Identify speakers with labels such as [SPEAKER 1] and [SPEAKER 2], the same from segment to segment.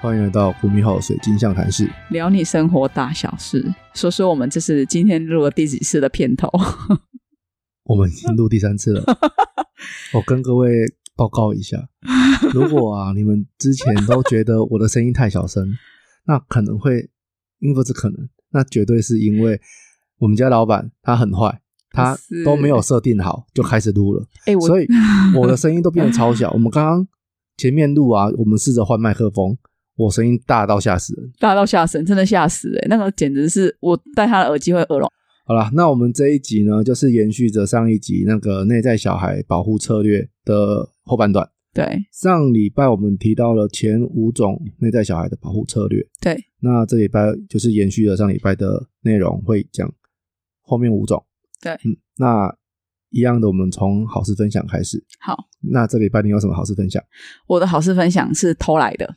[SPEAKER 1] 欢迎来到胡米好水晶象谈室。
[SPEAKER 2] 聊你生活大小事，说说我们这是今天录了第几次的片头。
[SPEAKER 1] 我们已经录第三次了，我跟各位报告一下，如果啊你们之前都觉得我的声音太小声，那可能会因不是可能，那绝对是因为我们家老板他很坏，他
[SPEAKER 2] 是
[SPEAKER 1] 都没有设定好就开始录了，
[SPEAKER 2] 哎、我
[SPEAKER 1] 所以我的声音都变得超小。我们刚刚前面录啊，我们试着换麦克风，我声音大到吓死人。
[SPEAKER 2] 大到吓死人，真的吓死哎、那个简直是我戴他的耳机会耳聋。
[SPEAKER 1] 好啦，那我们这一集呢，就是延续着上一集那个内在小孩保护策略的后半段。
[SPEAKER 2] 对
[SPEAKER 1] 上礼拜我们提到了前五种内在小孩的保护策略，
[SPEAKER 2] 对，
[SPEAKER 1] 那这礼拜就是延续了上礼拜的内容，会讲后面五种。
[SPEAKER 2] 对
[SPEAKER 1] 嗯，那一样的，我们从好事分享开始。
[SPEAKER 2] 好，
[SPEAKER 1] 那这礼拜你有什么好事分享？
[SPEAKER 2] 我的好事分享是偷来 的。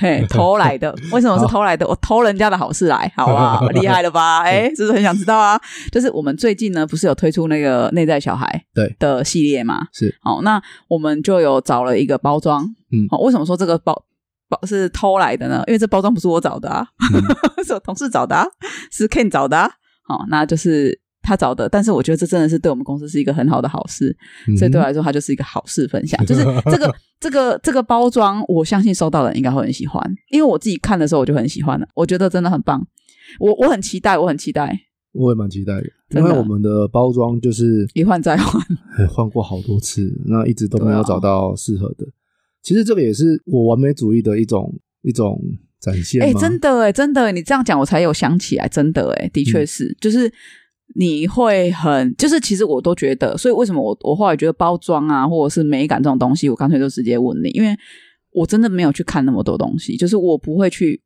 [SPEAKER 2] 嘿，偷来的，为什么是偷来的？我偷人家的好事来，好啊， 厉害了吧？哎、是不是很想知道啊？就是我们最近呢，不是有推出那个内在小孩
[SPEAKER 1] 对
[SPEAKER 2] 的系列吗？
[SPEAKER 1] 是，
[SPEAKER 2] 好，那我们就有找了一个包装，哦
[SPEAKER 1] 嗯
[SPEAKER 2] 好，为什么说这个包包是偷来的呢？因为这包装不是我找的啊，
[SPEAKER 1] 嗯
[SPEAKER 2] 是我同事找的、啊，是 Ken 找的、啊，好，那就是他找的。但是我觉得这真的是对我们公司是一个很好的好事，
[SPEAKER 1] 嗯
[SPEAKER 2] 所以对我来说，它就是一个好事分享。就是这个这个这个包装，我相信收到的人应该会很喜欢，因为我自己看的时候我就很喜欢了，我觉得真的很棒，我我很期待，我很期待。
[SPEAKER 1] 我也蛮期待的，因
[SPEAKER 2] 真的
[SPEAKER 1] 为我们的包装就是
[SPEAKER 2] 一换再换，
[SPEAKER 1] 哎换过好多次，那一直都没
[SPEAKER 2] 对
[SPEAKER 1] 有
[SPEAKER 2] 啊
[SPEAKER 1] 找到适合的。其实这个也是我完美主义的一种一种展现
[SPEAKER 2] 哎、
[SPEAKER 1] 吗
[SPEAKER 2] 真的哎、真的、你这样讲我才有想起来，真的哎、的
[SPEAKER 1] 嗯
[SPEAKER 2] 确是，就是你会很，就是其实我都觉得，所以为什么我我后来觉得包装啊，或者是美感这种东西，我干脆就直接问你，因为我真的没有去看那么多东西，就是我不会去，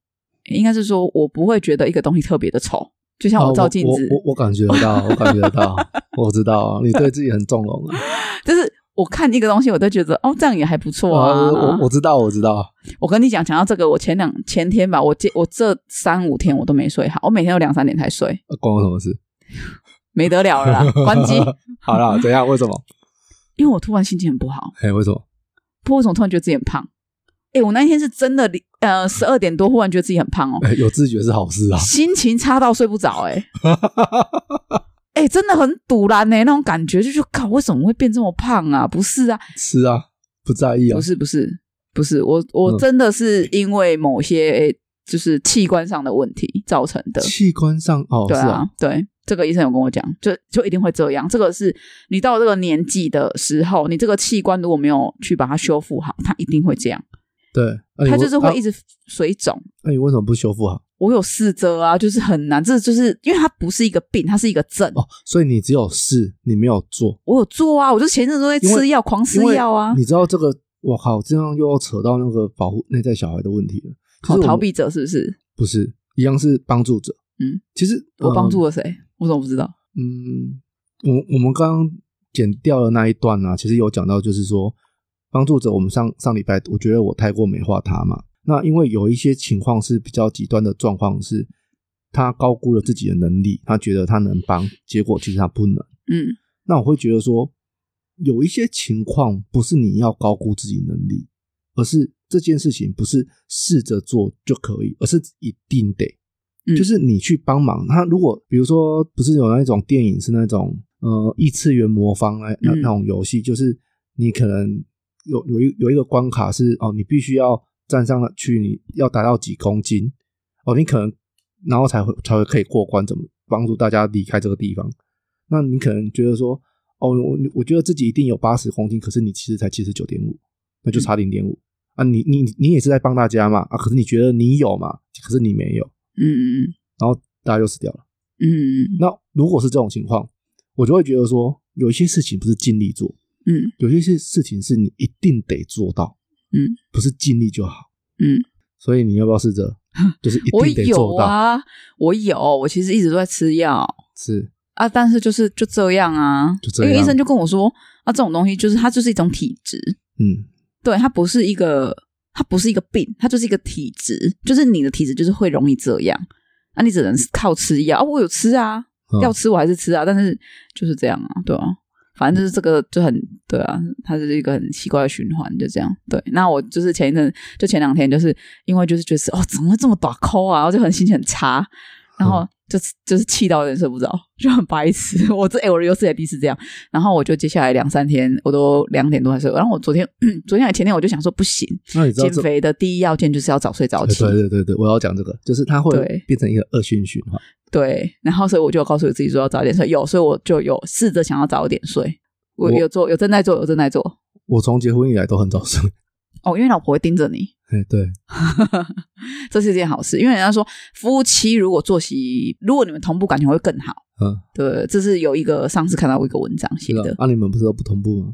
[SPEAKER 2] 应该是说我不会觉得一个东西特别的丑，就像
[SPEAKER 1] 啊
[SPEAKER 2] 我哦照镜子，
[SPEAKER 1] 我我我感觉得到，我感觉得 到，我知道啊，你对自己很纵容啊。
[SPEAKER 2] 就是我看一个东西，我都觉得哦，这样也还不错啊。
[SPEAKER 1] 啊我我我知道，我知道，啊
[SPEAKER 2] 我跟你讲，讲到这个，我前两前天吧，我这我这三五天我都没睡好，我每天都两三点才睡，
[SPEAKER 1] 啊关我什么事？
[SPEAKER 2] 没得了了啦，关机。
[SPEAKER 1] 好啦，怎样？为什么？
[SPEAKER 2] 因为我突然心情很不好，
[SPEAKER 1] 哎，为什么？
[SPEAKER 2] 不知道为什么突然觉得自己很胖。哎，我那一天是真的，呃，十二点多忽然觉得自己很 胖哦，
[SPEAKER 1] 哎有自觉是好事啊。
[SPEAKER 2] 心情差到睡不着、 诶哎，哎，真的很堵然呢、那种感觉就是，靠，为什么会变这么胖啊？不是啊，
[SPEAKER 1] 是啊，不在意啊
[SPEAKER 2] 不。是，不是，不是，我我
[SPEAKER 1] 嗯
[SPEAKER 2] 真的是因为某些、诶就是器官上的问题造成的，
[SPEAKER 1] 器官上哦，
[SPEAKER 2] 对
[SPEAKER 1] 是
[SPEAKER 2] 啊，，对，这个医生有跟我讲，就就一定会这样。这个是你到这个年纪的时候，你这个器官如果没有去把它修复好，它一定会这样。
[SPEAKER 1] 对，那你
[SPEAKER 2] 它
[SPEAKER 1] 为
[SPEAKER 2] 就是会
[SPEAKER 1] 啊
[SPEAKER 2] 一直水肿。
[SPEAKER 1] 那你为什么不修复啊好？
[SPEAKER 2] 我有试着啊，就是很难，这就是因为它不是一个病，它是一个症。
[SPEAKER 1] 哦，所以你只有试，你没有做。
[SPEAKER 2] 我有做啊，我就前阵子都在
[SPEAKER 1] 因为
[SPEAKER 2] 吃药，狂吃
[SPEAKER 1] 因为
[SPEAKER 2] 药啊。
[SPEAKER 1] 你知道这个，我靠，这样又要扯到那个保护内在小孩的问题了。其
[SPEAKER 2] 好
[SPEAKER 1] 实我
[SPEAKER 2] 逃避者是不是？
[SPEAKER 1] 不是一样是帮助者，
[SPEAKER 2] 嗯，
[SPEAKER 1] 其实
[SPEAKER 2] 我帮助
[SPEAKER 1] 呃
[SPEAKER 2] 了谁？我怎么不知道？
[SPEAKER 1] 嗯，我我们刚刚剪掉的那一段啊，其实有讲到，就是说帮助者，我们上上礼拜我觉得我太过美化他嘛。那因为有一些情况是比较极端的状况，是他高估了自己的能力，他觉得他能帮，结果其实他不能。
[SPEAKER 2] 嗯，
[SPEAKER 1] 那我会觉得说，有一些情况不是你要高估自己能力，而是这件事情不是试着做就可以，而是一定得，
[SPEAKER 2] 嗯
[SPEAKER 1] 就是你去帮忙。他如果比如说，不是有那种电影是那种呃异次元魔方那那
[SPEAKER 2] 嗯
[SPEAKER 1] 那种游戏，就是你可能有有一有一个关卡是哦，你必须要站上去，你要达到几公斤哦，你可能然后才会才会可以过关，怎么帮助大家离开这个地方？那你可能觉得说，哦，我我觉得自己一定有八十公斤，可是你其实才七十九点五，那
[SPEAKER 2] 嗯
[SPEAKER 1] 就差零点五啊！你你你也是在帮大家嘛啊！可是你觉得你有嘛？可是你没有，
[SPEAKER 2] 嗯嗯
[SPEAKER 1] 然后大家就死掉了。
[SPEAKER 2] 嗯嗯
[SPEAKER 1] 那如果是这种情况，我就会觉得说，有一些事情不是尽力做，
[SPEAKER 2] 嗯
[SPEAKER 1] 有些事事情是你一定得做到，
[SPEAKER 2] 嗯，
[SPEAKER 1] 不是尽力就好。
[SPEAKER 2] 嗯，
[SPEAKER 1] 所以你要不要试着， 就是一
[SPEAKER 2] 我
[SPEAKER 1] 定得
[SPEAKER 2] 有
[SPEAKER 1] 做到，
[SPEAKER 2] 啊，我有，我其实一直都在吃药
[SPEAKER 1] 是
[SPEAKER 2] 啊，但是就是就这样啊，
[SPEAKER 1] 就这样
[SPEAKER 2] 因为医生就跟我说啊，这种东西就是它就是一种体质，
[SPEAKER 1] 嗯
[SPEAKER 2] 对，它不是一个，它不是一个病，它就是一个体质，就是你的体质就是会容易这样，那、你只能靠吃药啊。我有吃啊，
[SPEAKER 1] 嗯
[SPEAKER 2] 要吃我还是吃啊，但是就是这样啊，对啊。反正就是这个就很对啊，它就是一个很奇怪的循环，就这样。对，那我就是前一阵，就前两天，就是因为就是觉得是哦，怎么会这么短抠啊，然后就很心情很差，
[SPEAKER 1] 嗯
[SPEAKER 2] 然后就就是气到有点睡不着，就很白痴。我这哎、我有史以来第一次这样，然后我就接下来两三天我都两点多才睡，然后我昨天 昨天还前天我就想说不行，
[SPEAKER 1] 那你知道
[SPEAKER 2] 减
[SPEAKER 1] 这？
[SPEAKER 2] 肥的第一要件就是要早睡早
[SPEAKER 1] 对
[SPEAKER 2] 起，
[SPEAKER 1] 对对对对，我要讲这个，就是它会
[SPEAKER 2] 对
[SPEAKER 1] 变成一个恶性循环。
[SPEAKER 2] 对，然后所以我就有告诉我自己说要早点睡，有，所以我就有试着想要早一点睡，我
[SPEAKER 1] 我
[SPEAKER 2] 有做，有正在做，有正在做。
[SPEAKER 1] 我从结婚以来都很早睡，
[SPEAKER 2] 哦，因为老婆会盯着你，
[SPEAKER 1] 哎，对，
[SPEAKER 2] 这是一件好事。因为人家说夫妻如果作息，如果你们同步，感情会更好。
[SPEAKER 1] 嗯，
[SPEAKER 2] 对，这是有一个上次看到一个文章写
[SPEAKER 1] 是
[SPEAKER 2] 的
[SPEAKER 1] 啊，，啊，你们不是都不同步吗？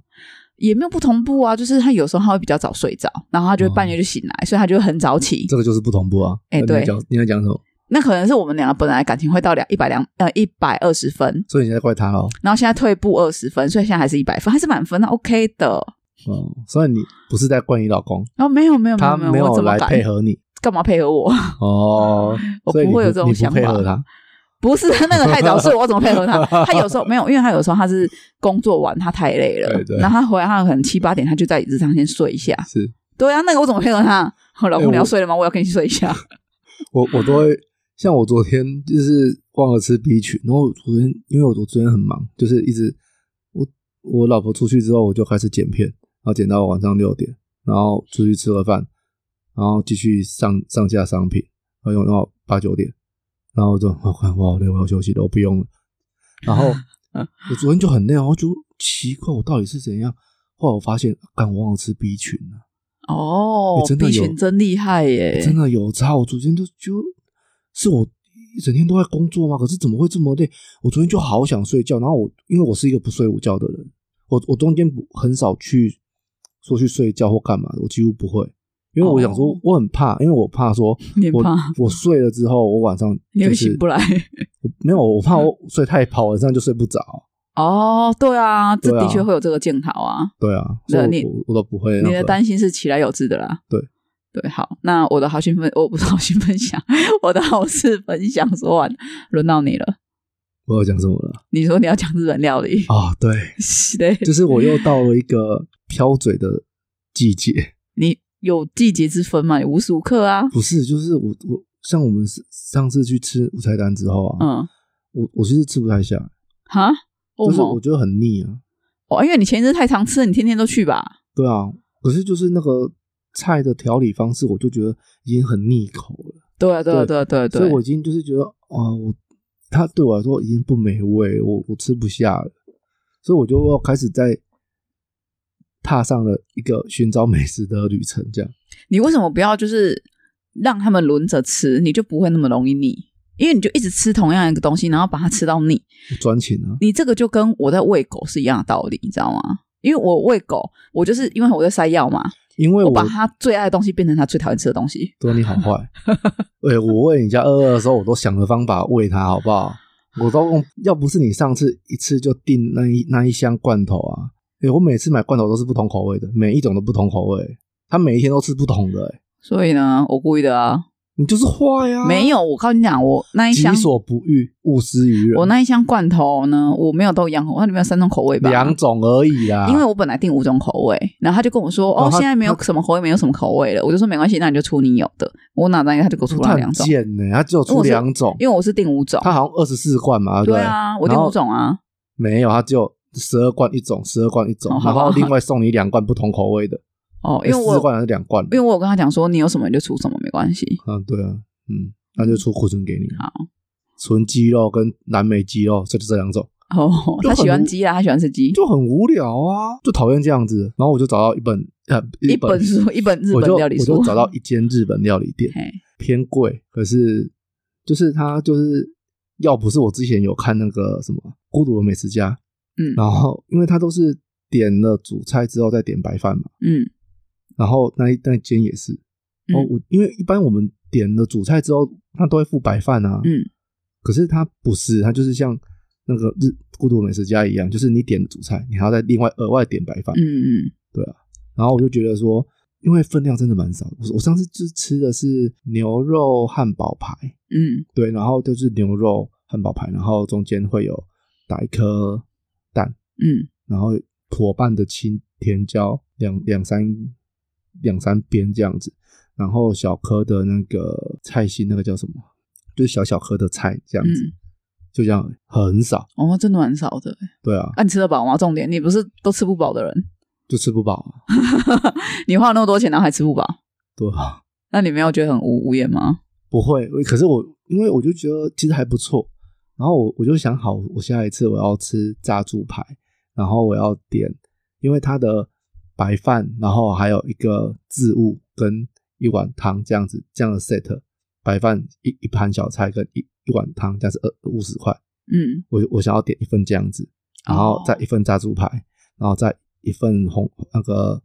[SPEAKER 2] 也没有不同步啊，就是他有时候他会比较早睡着，然后他就会半夜就醒来，所以他就会很早起。
[SPEAKER 1] 哦嗯这个就是不同步啊。
[SPEAKER 2] 哎
[SPEAKER 1] 那
[SPEAKER 2] 对
[SPEAKER 1] 你在讲你在讲什么？
[SPEAKER 2] 那可能是我们两个本来感情会到两一百两呃一百二十分，
[SPEAKER 1] 所以你在怪他喽。
[SPEAKER 2] 然后现在退步二十分，所以现在还是一百分，还是满分，那 OK 的。
[SPEAKER 1] 哦，所以你不是在怪你老公，
[SPEAKER 2] 然后哦没有没有没
[SPEAKER 1] 他
[SPEAKER 2] 有
[SPEAKER 1] 没
[SPEAKER 2] 有，我
[SPEAKER 1] 有
[SPEAKER 2] 怎么
[SPEAKER 1] 来
[SPEAKER 2] 敢？
[SPEAKER 1] 配合你
[SPEAKER 2] 干嘛配合我？
[SPEAKER 1] 哦，
[SPEAKER 2] 我
[SPEAKER 1] 所以
[SPEAKER 2] 不
[SPEAKER 1] 你
[SPEAKER 2] 会有这种想法
[SPEAKER 1] 你不配合他，
[SPEAKER 2] 不是那个太早睡，我怎么配合他？他有时候没有，因为他有时候他是工作完，他太累了，
[SPEAKER 1] 对对
[SPEAKER 2] 然后他回来，他可能七八点，他就在椅子上先睡一下。
[SPEAKER 1] 是
[SPEAKER 2] 对啊，那个我怎么配合他？我老
[SPEAKER 1] 哎
[SPEAKER 2] 公，
[SPEAKER 1] 我
[SPEAKER 2] 你要睡了吗？我要跟你睡一下。
[SPEAKER 1] 我我都会像我昨天就是忘了吃 B 群，然后我昨天因为我昨天很忙，就是一直我我老婆出去之后我就开始剪片，然后剪到晚上六点，然后出去吃个饭，然后继续上上架商品，然后用到八九点，然后我就我看我好累，我要休息了，我不用了。然后我昨天就很累，然后就奇怪我到底是怎样。后来我发现，干我忘了吃 B 群了。
[SPEAKER 2] 哦
[SPEAKER 1] 哎真的
[SPEAKER 2] ，B
[SPEAKER 1] 有哎
[SPEAKER 2] 群真厉害耶！
[SPEAKER 1] 真的有差。我昨天就就是我一整天都在工作吗？可是怎么会这么累？我昨天就好想睡觉，然后我因为我是一个不睡午觉的人，我我中间不很少去说去睡觉或干嘛的，我几乎不会。因为我想说
[SPEAKER 2] 哦，
[SPEAKER 1] 我很怕，因为我怕说
[SPEAKER 2] 你
[SPEAKER 1] 我
[SPEAKER 2] 怕
[SPEAKER 1] 我睡了之后，我晚上
[SPEAKER 2] 你
[SPEAKER 1] 就
[SPEAKER 2] 又
[SPEAKER 1] 是
[SPEAKER 2] 醒不来。
[SPEAKER 1] 我没有，我怕我睡太饱，晚上就睡不着。
[SPEAKER 2] 哦，对啊，这
[SPEAKER 1] 对啊
[SPEAKER 2] 的确会有这个检讨啊。
[SPEAKER 1] 对啊，
[SPEAKER 2] 对
[SPEAKER 1] 所以
[SPEAKER 2] 你
[SPEAKER 1] 我我我都不会那
[SPEAKER 2] 你的
[SPEAKER 1] 个
[SPEAKER 2] 担心是其来有之的啦。
[SPEAKER 1] 啊对
[SPEAKER 2] 对，好，那我的好心分，我不是好心分享， 我的好事分享说完，轮到你了。
[SPEAKER 1] 我要讲什么了
[SPEAKER 2] 你说你要讲日本料理，
[SPEAKER 1] 啊、对，
[SPEAKER 2] 是的，
[SPEAKER 1] 就是我又到了一个飘嘴的季节。
[SPEAKER 2] 你有季节之分嘛？无时无刻啊，
[SPEAKER 1] 不是，就是我我像我们上上次去吃午菜单之后啊，
[SPEAKER 2] 嗯，
[SPEAKER 1] 我我其实吃不太下，
[SPEAKER 2] 哈，
[SPEAKER 1] 就
[SPEAKER 2] 为
[SPEAKER 1] 是
[SPEAKER 2] 什么
[SPEAKER 1] 我觉得很腻啊。
[SPEAKER 2] 哦，因为你前一阵太常吃了，你天天都去吧？
[SPEAKER 1] 对啊，可是就是那个菜的调理方式，我就觉得已经很腻口了，
[SPEAKER 2] 对啊，对啊，对啊，对啊，对
[SPEAKER 1] 所
[SPEAKER 2] 啊
[SPEAKER 1] 以我已经就是觉得啊，我它对我来说已经不美味，我我吃不下了，所以我就要开始在踏上了一个寻找美食的旅程，这样。
[SPEAKER 2] 你为什么不要就是让他们轮着吃，你就不会那么容易腻？因为你就一直吃同样一个东西，然后把它吃到腻，
[SPEAKER 1] 专情啊，
[SPEAKER 2] 你这个就跟我在喂狗是一样的道理，你知道吗？因为我喂狗，我就是因为我在塞药嘛，
[SPEAKER 1] 因为
[SPEAKER 2] 我
[SPEAKER 1] 我
[SPEAKER 2] 把它最爱的东西变成它最讨厌吃的东西。
[SPEAKER 1] 对你好 坏。哎、我喂你家二二的时候，我都想了方法喂它，好不 好？我都用，要不是你上次一次就订那一那一箱罐头啊，哎、我每次买罐头都是不同口味的，每一种都不同口味，它每一天都吃不同的、哎，
[SPEAKER 2] 所以呢，我故意的啊，
[SPEAKER 1] 你就是坏啊！
[SPEAKER 2] 没，有，我跟你讲，我那一
[SPEAKER 1] 己
[SPEAKER 2] 箱
[SPEAKER 1] 所不欲，勿施于人。
[SPEAKER 2] 我那一箱罐头呢，我没有都一样，我那里面有三种口味吧。
[SPEAKER 1] 两种而已啦，
[SPEAKER 2] 因为我本来定五种口味，然后他就跟我说：“哦，
[SPEAKER 1] 哦他
[SPEAKER 2] 现在没有什么口味，没有什么口味了。”我就说：“没关系，那你就出你有的。”我哪单他就给我出
[SPEAKER 1] 它
[SPEAKER 2] 了
[SPEAKER 1] 很
[SPEAKER 2] 两种，
[SPEAKER 1] 贱呢、它只有
[SPEAKER 2] 因为
[SPEAKER 1] 出
[SPEAKER 2] 我是
[SPEAKER 1] 两种，
[SPEAKER 2] 因为我是定五种。
[SPEAKER 1] 它好像二十四罐嘛，对不
[SPEAKER 2] 对
[SPEAKER 1] 对
[SPEAKER 2] 啊，我定五，种啊。
[SPEAKER 1] 没有，它只有十二罐一种，十二罐一种
[SPEAKER 2] 哦，好
[SPEAKER 1] 然
[SPEAKER 2] 吧
[SPEAKER 1] 后另外送你两罐不同口味的。
[SPEAKER 2] 哦，因为
[SPEAKER 1] 四
[SPEAKER 2] 我
[SPEAKER 1] 罐还是两罐？
[SPEAKER 2] 因为我有跟他讲说，你有什么你就出什么，没关系。
[SPEAKER 1] 啊，对啊，嗯，那就出库存给你，
[SPEAKER 2] 好，
[SPEAKER 1] 纯鸡肉跟南美鸡肉，这就这两种，
[SPEAKER 2] 哦，
[SPEAKER 1] 就
[SPEAKER 2] 他
[SPEAKER 1] 很
[SPEAKER 2] 喜欢
[SPEAKER 1] 无
[SPEAKER 2] 鸡啊，他喜欢吃鸡。
[SPEAKER 1] 就很无聊啊，就讨厌这样子。然后我就找到一本呃
[SPEAKER 2] 一
[SPEAKER 1] 本
[SPEAKER 2] 本书，一本日
[SPEAKER 1] 我
[SPEAKER 2] 本
[SPEAKER 1] 就
[SPEAKER 2] 料理书，
[SPEAKER 1] 我就找到一间日本料理店，
[SPEAKER 2] 嘿
[SPEAKER 1] 偏贵，可是就是它就是要不是我之前有看那个什么《孤独的美食家》，
[SPEAKER 2] 嗯
[SPEAKER 1] 然后因为它都是点了主菜之后再点白饭嘛，
[SPEAKER 2] 嗯
[SPEAKER 1] 然后那一那一间也是，
[SPEAKER 2] 嗯
[SPEAKER 1] 哦，我因为一般我们点了主菜之后，它都会附白饭啊。
[SPEAKER 2] 嗯，
[SPEAKER 1] 可是它不是，它就是像那个日孤独美食家一样，就是你点了主菜，你还要再另外额外点白饭。
[SPEAKER 2] 嗯嗯，
[SPEAKER 1] 然后我就觉得说，因为分量真的蛮少的。我我上次就是吃的是牛肉汉堡排，
[SPEAKER 2] 嗯
[SPEAKER 1] 对，然后就是牛肉汉堡排，然后中间会有打一颗蛋，
[SPEAKER 2] 嗯
[SPEAKER 1] 然后伙伴的青甜椒两两三两三边这样子，然后小颗的那个菜心那个叫什么，就是小小颗的菜这样子，
[SPEAKER 2] 嗯
[SPEAKER 1] 就这样很少，
[SPEAKER 2] 哦，真的蛮少的。
[SPEAKER 1] 对啊，
[SPEAKER 2] 啊，你吃得饱吗？重点，你不是都吃不饱的人，
[SPEAKER 1] 就吃不饱啊，
[SPEAKER 2] 你花了那么多钱，然后还吃不饱，
[SPEAKER 1] 对啊，
[SPEAKER 2] 那你没有觉得很无无言吗？
[SPEAKER 1] 不会，可是我因为我就觉得其实还不错，然后我我就想好，我下一次我要吃炸猪排，然后我要点，因为它的白饭，然后还有一个渍物跟一碗汤这样子，这样的 set，白饭一一盘小菜跟一一碗汤，这样是二五十块，
[SPEAKER 2] 嗯，
[SPEAKER 1] 我我想要点一份这样子，然后再一份炸猪排，然后再一份红那个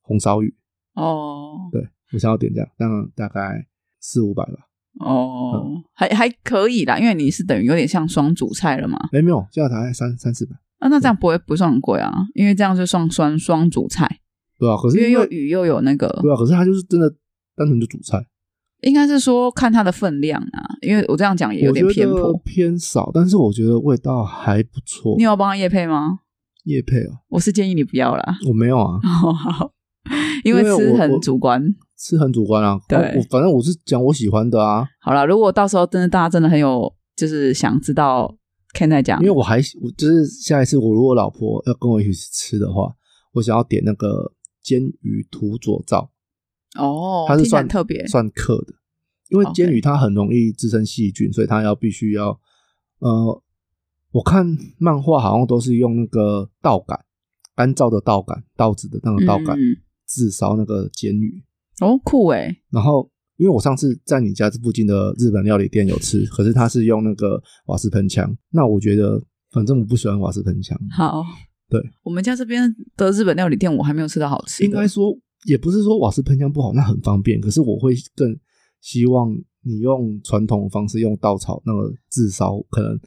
[SPEAKER 1] 红烧鱼，
[SPEAKER 2] 哦
[SPEAKER 1] 对我想要点这样，这样大概四五百吧。
[SPEAKER 2] 哦，还还可以啦，因为你是等于有点像双主菜了嘛。
[SPEAKER 1] 哎，没有，现在才三三四百，
[SPEAKER 2] 啊，那这
[SPEAKER 1] 嗯
[SPEAKER 2] 样不会不算很贵啊，因为这样就算双双主菜，
[SPEAKER 1] 对啊，可
[SPEAKER 2] 因
[SPEAKER 1] 是
[SPEAKER 2] 为
[SPEAKER 1] 因
[SPEAKER 2] 又
[SPEAKER 1] 为
[SPEAKER 2] 鱼又有那个，
[SPEAKER 1] 对啊，可是它就是真的单纯就主菜，
[SPEAKER 2] 应该是说看它的分量啊，因为我这样讲也有
[SPEAKER 1] 我觉
[SPEAKER 2] 点
[SPEAKER 1] 得
[SPEAKER 2] 偏颇。
[SPEAKER 1] 偏少，但是我觉得味道还不错
[SPEAKER 2] 你。有帮他叶配吗？
[SPEAKER 1] 叶配哦，
[SPEAKER 2] 我是建议你不要啦，
[SPEAKER 1] 我没有啊，
[SPEAKER 2] 哦好，因为
[SPEAKER 1] 因为
[SPEAKER 2] 吃
[SPEAKER 1] 我
[SPEAKER 2] 很
[SPEAKER 1] 我
[SPEAKER 2] 主观。
[SPEAKER 1] 是很主观啊。
[SPEAKER 2] 对
[SPEAKER 1] 我我反正我是讲我喜欢的啊，
[SPEAKER 2] 好啦，如果到时候真的大家真的很有，就是想知道 Ken 在讲，
[SPEAKER 1] 因为我还我就是下一次我如果老婆要跟我一起吃的话，我想要点那个煎鱼土佐灶，
[SPEAKER 2] 哦，
[SPEAKER 1] 它是
[SPEAKER 2] 听起来
[SPEAKER 1] 算
[SPEAKER 2] 很特别，
[SPEAKER 1] 算克的，因为
[SPEAKER 2] OK
[SPEAKER 1] 煎鱼它很容易滋生细菌，所以它要必须要呃，我看漫画好像都是用那个稻杆，干燥的稻杆，稻子的那个稻杆
[SPEAKER 2] 嗯嗯
[SPEAKER 1] 炙烧那个煎鱼。
[SPEAKER 2] 哦酷诶，
[SPEAKER 1] 然后因为我上次在你家这附近的日本料理店有吃，可是它是用那个瓦斯喷枪，那我觉得反正我不喜欢瓦斯喷枪，
[SPEAKER 2] 好，
[SPEAKER 1] 对，
[SPEAKER 2] 我们家这边的日本料理店我还没有吃到好吃的，
[SPEAKER 1] 应该说也不是说瓦斯喷枪不好，那很方便，可是我会更希望你用传统方式，用稻草那个炙烧可能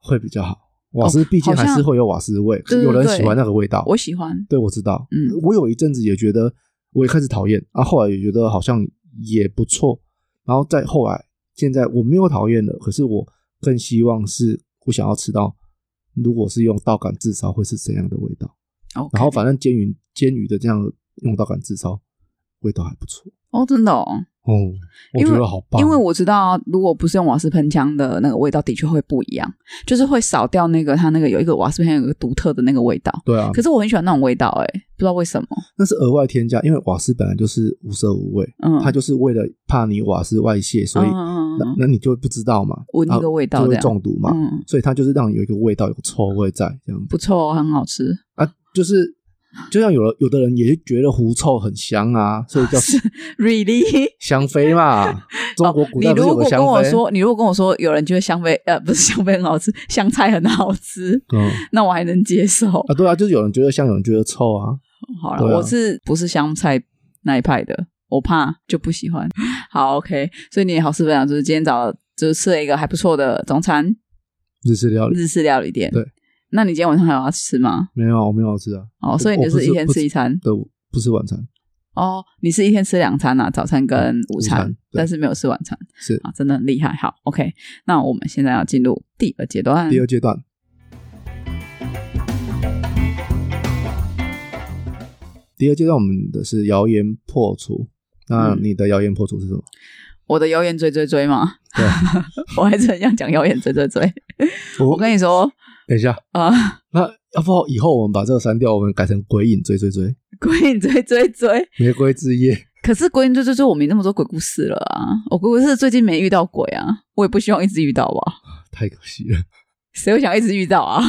[SPEAKER 1] 会比较好。瓦斯毕竟
[SPEAKER 2] 好
[SPEAKER 1] 还
[SPEAKER 2] 像
[SPEAKER 1] 是会有瓦斯味，
[SPEAKER 2] 对对
[SPEAKER 1] 有人
[SPEAKER 2] 哦对
[SPEAKER 1] 喜欢那个味道。
[SPEAKER 2] 我喜欢，
[SPEAKER 1] 对，我知道。
[SPEAKER 2] 嗯
[SPEAKER 1] 我有一阵子也觉得，我也开始讨厌，啊，后来也觉得好像也不错，然后再后来，现在我没有讨厌了，可是我更希望是我想要吃到，如果是用稻杆炙烧会是怎样的味道。
[SPEAKER 2] OK
[SPEAKER 1] 嗯然后反正煎鱼煎鱼的这样用稻杆炙烧，味道还不错。
[SPEAKER 2] 哦真的哦，
[SPEAKER 1] 哦，我
[SPEAKER 2] 因
[SPEAKER 1] 觉
[SPEAKER 2] 为
[SPEAKER 1] 得好棒，
[SPEAKER 2] 因为我知道，如果不是用瓦斯喷枪的那个味道，的确会不一样，就是会少掉那个它那个有一个瓦斯喷枪有一个独特的那个味道。
[SPEAKER 1] 对啊，
[SPEAKER 2] 可是我很喜欢那种味道、欸，哎，不知道为什么。
[SPEAKER 1] 那是额外添加，因为瓦斯本来就是无色无味，
[SPEAKER 2] 嗯，
[SPEAKER 1] 它就是为了怕你瓦斯外泄，所以
[SPEAKER 2] 嗯嗯嗯
[SPEAKER 1] 那
[SPEAKER 2] 嗯
[SPEAKER 1] 那你就不知道嘛，
[SPEAKER 2] 闻那个
[SPEAKER 1] 啊
[SPEAKER 2] 味道
[SPEAKER 1] 就
[SPEAKER 2] 这
[SPEAKER 1] 会
[SPEAKER 2] 样
[SPEAKER 1] 中毒嘛，
[SPEAKER 2] 嗯，
[SPEAKER 1] 所以它就是让你有一个味道，有个臭味在这样子
[SPEAKER 2] 不错、哦，很好吃。
[SPEAKER 1] 啊，就是就像有了有的人也觉得狐臭很香啊，所以叫
[SPEAKER 2] Really？
[SPEAKER 1] 香妃 嘛，中国古
[SPEAKER 2] 哦你
[SPEAKER 1] 代不是
[SPEAKER 2] 如
[SPEAKER 1] 有个
[SPEAKER 2] 果跟
[SPEAKER 1] 香
[SPEAKER 2] 我
[SPEAKER 1] 妃？
[SPEAKER 2] 说，你如果跟我说有人觉得香妃呃不是香妃很好吃，香菜很好吃，
[SPEAKER 1] 嗯
[SPEAKER 2] 那我还能接受。
[SPEAKER 1] 啊，对啊，就是有人觉得香，有人觉得臭啊，
[SPEAKER 2] 好了，
[SPEAKER 1] 对啊
[SPEAKER 2] 我是不是香菜那一派的？我怕就不喜欢。 好，OK，所以你的好事分享就是今天早就是吃了一个还不错的中餐
[SPEAKER 1] 日式料理
[SPEAKER 2] 日式料理店。
[SPEAKER 1] 对，
[SPEAKER 2] 那你今天晚上还有要吃吗？
[SPEAKER 1] 没有啊，我没有吃啊，
[SPEAKER 2] 哦，所以你
[SPEAKER 1] 我
[SPEAKER 2] 就
[SPEAKER 1] 不
[SPEAKER 2] 是
[SPEAKER 1] 是
[SPEAKER 2] 一天
[SPEAKER 1] 不
[SPEAKER 2] 吃一餐
[SPEAKER 1] 对，我不吃晚餐，
[SPEAKER 2] 哦，你是一天吃两餐啊，早餐跟
[SPEAKER 1] 嗯
[SPEAKER 2] 午餐，
[SPEAKER 1] 午餐对
[SPEAKER 2] 但是没有吃晚餐
[SPEAKER 1] 是
[SPEAKER 2] 啊，真的很厉害。好，OK，那我们现在要进入第二阶段。
[SPEAKER 1] 第二阶段。第二阶段我们的是谣言破除，那
[SPEAKER 2] 嗯
[SPEAKER 1] 你的谣言破除是什么？
[SPEAKER 2] 我的谣言追追追嘛，
[SPEAKER 1] 对，啊
[SPEAKER 2] 我还是很想讲谣言追追追。
[SPEAKER 1] 我
[SPEAKER 2] 我跟你说
[SPEAKER 1] 等一下，
[SPEAKER 2] 啊。
[SPEAKER 1] 那要不以后我们把这个删掉，我们改成鬼影追追追，
[SPEAKER 2] 鬼影追追追，
[SPEAKER 1] 玫瑰之夜。
[SPEAKER 2] 可是鬼影追追追，我没那么多鬼故事了啊！我鬼故事最近没遇到鬼啊，我也不希望一直遇到吧。
[SPEAKER 1] 太可惜了，
[SPEAKER 2] 谁会想一直遇到啊？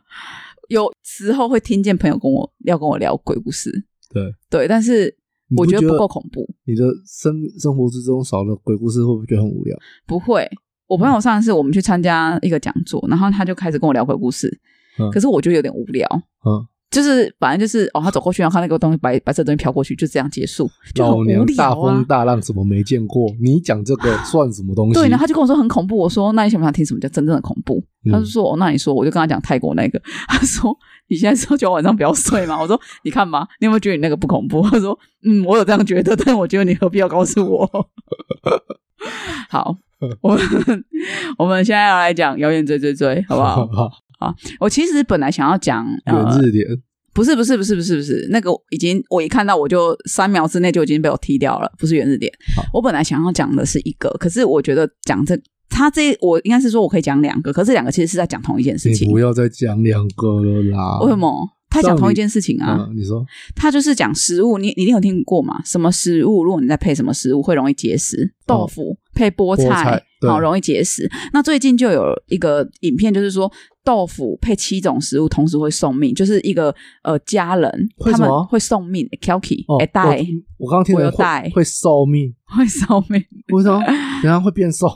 [SPEAKER 2] 有时候会听见朋友跟我要跟我聊鬼故事，
[SPEAKER 1] 对，
[SPEAKER 2] 对，但是
[SPEAKER 1] 你
[SPEAKER 2] 我
[SPEAKER 1] 不
[SPEAKER 2] 觉得
[SPEAKER 1] 觉
[SPEAKER 2] 不
[SPEAKER 1] 得
[SPEAKER 2] 够恐怖，
[SPEAKER 1] 你的生生活之中少了鬼故事，会不会觉得很无聊？
[SPEAKER 2] 不会。我朋友上次我们去参加一个讲座，然后他就开始跟我聊鬼故事，
[SPEAKER 1] 嗯
[SPEAKER 2] 可是我觉得有点无聊，
[SPEAKER 1] 嗯，
[SPEAKER 2] 就是反正就是哦，他走过去，然后看那个东西白白色的东西飘过去，就这样结束，就很
[SPEAKER 1] 老娘
[SPEAKER 2] 无聊
[SPEAKER 1] 大
[SPEAKER 2] 啊
[SPEAKER 1] 风。大浪怎么没见过？你讲这个算什么东西？
[SPEAKER 2] 对，然后他就跟我说很恐怖。我说那你想不想听什么叫真正的恐怖？
[SPEAKER 1] 嗯
[SPEAKER 2] 他就说哦，那你说，我就跟他讲泰国那个。 他说你现在是要叫我晚上不要睡吗？我 说你看吧，你有没有觉得你那个不恐怖？ 他说嗯，我有这样觉得，但我觉得你何必要告诉我？ 好，我们我们现在要来讲谣言追追追，好不好？
[SPEAKER 1] 好？
[SPEAKER 2] 啊，我其实本来想要讲
[SPEAKER 1] 远
[SPEAKER 2] 呃，
[SPEAKER 1] 日联，
[SPEAKER 2] 不是不是不是不是不是，那个已经我一看到我就三秒之内就已经被我踢掉了，不是原日点
[SPEAKER 1] 好。
[SPEAKER 2] 我本来想要讲的是一个，可是我觉得讲这他这我应该是说我可以讲两个，可是这两个其实是在讲同一件事
[SPEAKER 1] 你
[SPEAKER 2] 情。
[SPEAKER 1] 不要再讲两个了啦。
[SPEAKER 2] 为什么？他讲同一件事情啊，
[SPEAKER 1] 嗯？你说
[SPEAKER 2] 他就是讲食物，你你一定有听过嘛？什么食物？如果你再配什么食物会容易结石？豆腐、配菠
[SPEAKER 1] 哦菠
[SPEAKER 2] 菜
[SPEAKER 1] 菜，对
[SPEAKER 2] 好容易结石。那最近就有一个影片，就是说豆腐配七种食物同时会送命，就是一个呃家人
[SPEAKER 1] 会
[SPEAKER 2] 他
[SPEAKER 1] 什么
[SPEAKER 2] 们会送命 k e l k i
[SPEAKER 1] 哦，
[SPEAKER 2] 哎带
[SPEAKER 1] 我我刚刚听
[SPEAKER 2] 我
[SPEAKER 1] 人会
[SPEAKER 2] 有带
[SPEAKER 1] 会寿命，
[SPEAKER 2] 会送命，
[SPEAKER 1] 为 什么？人家会变瘦，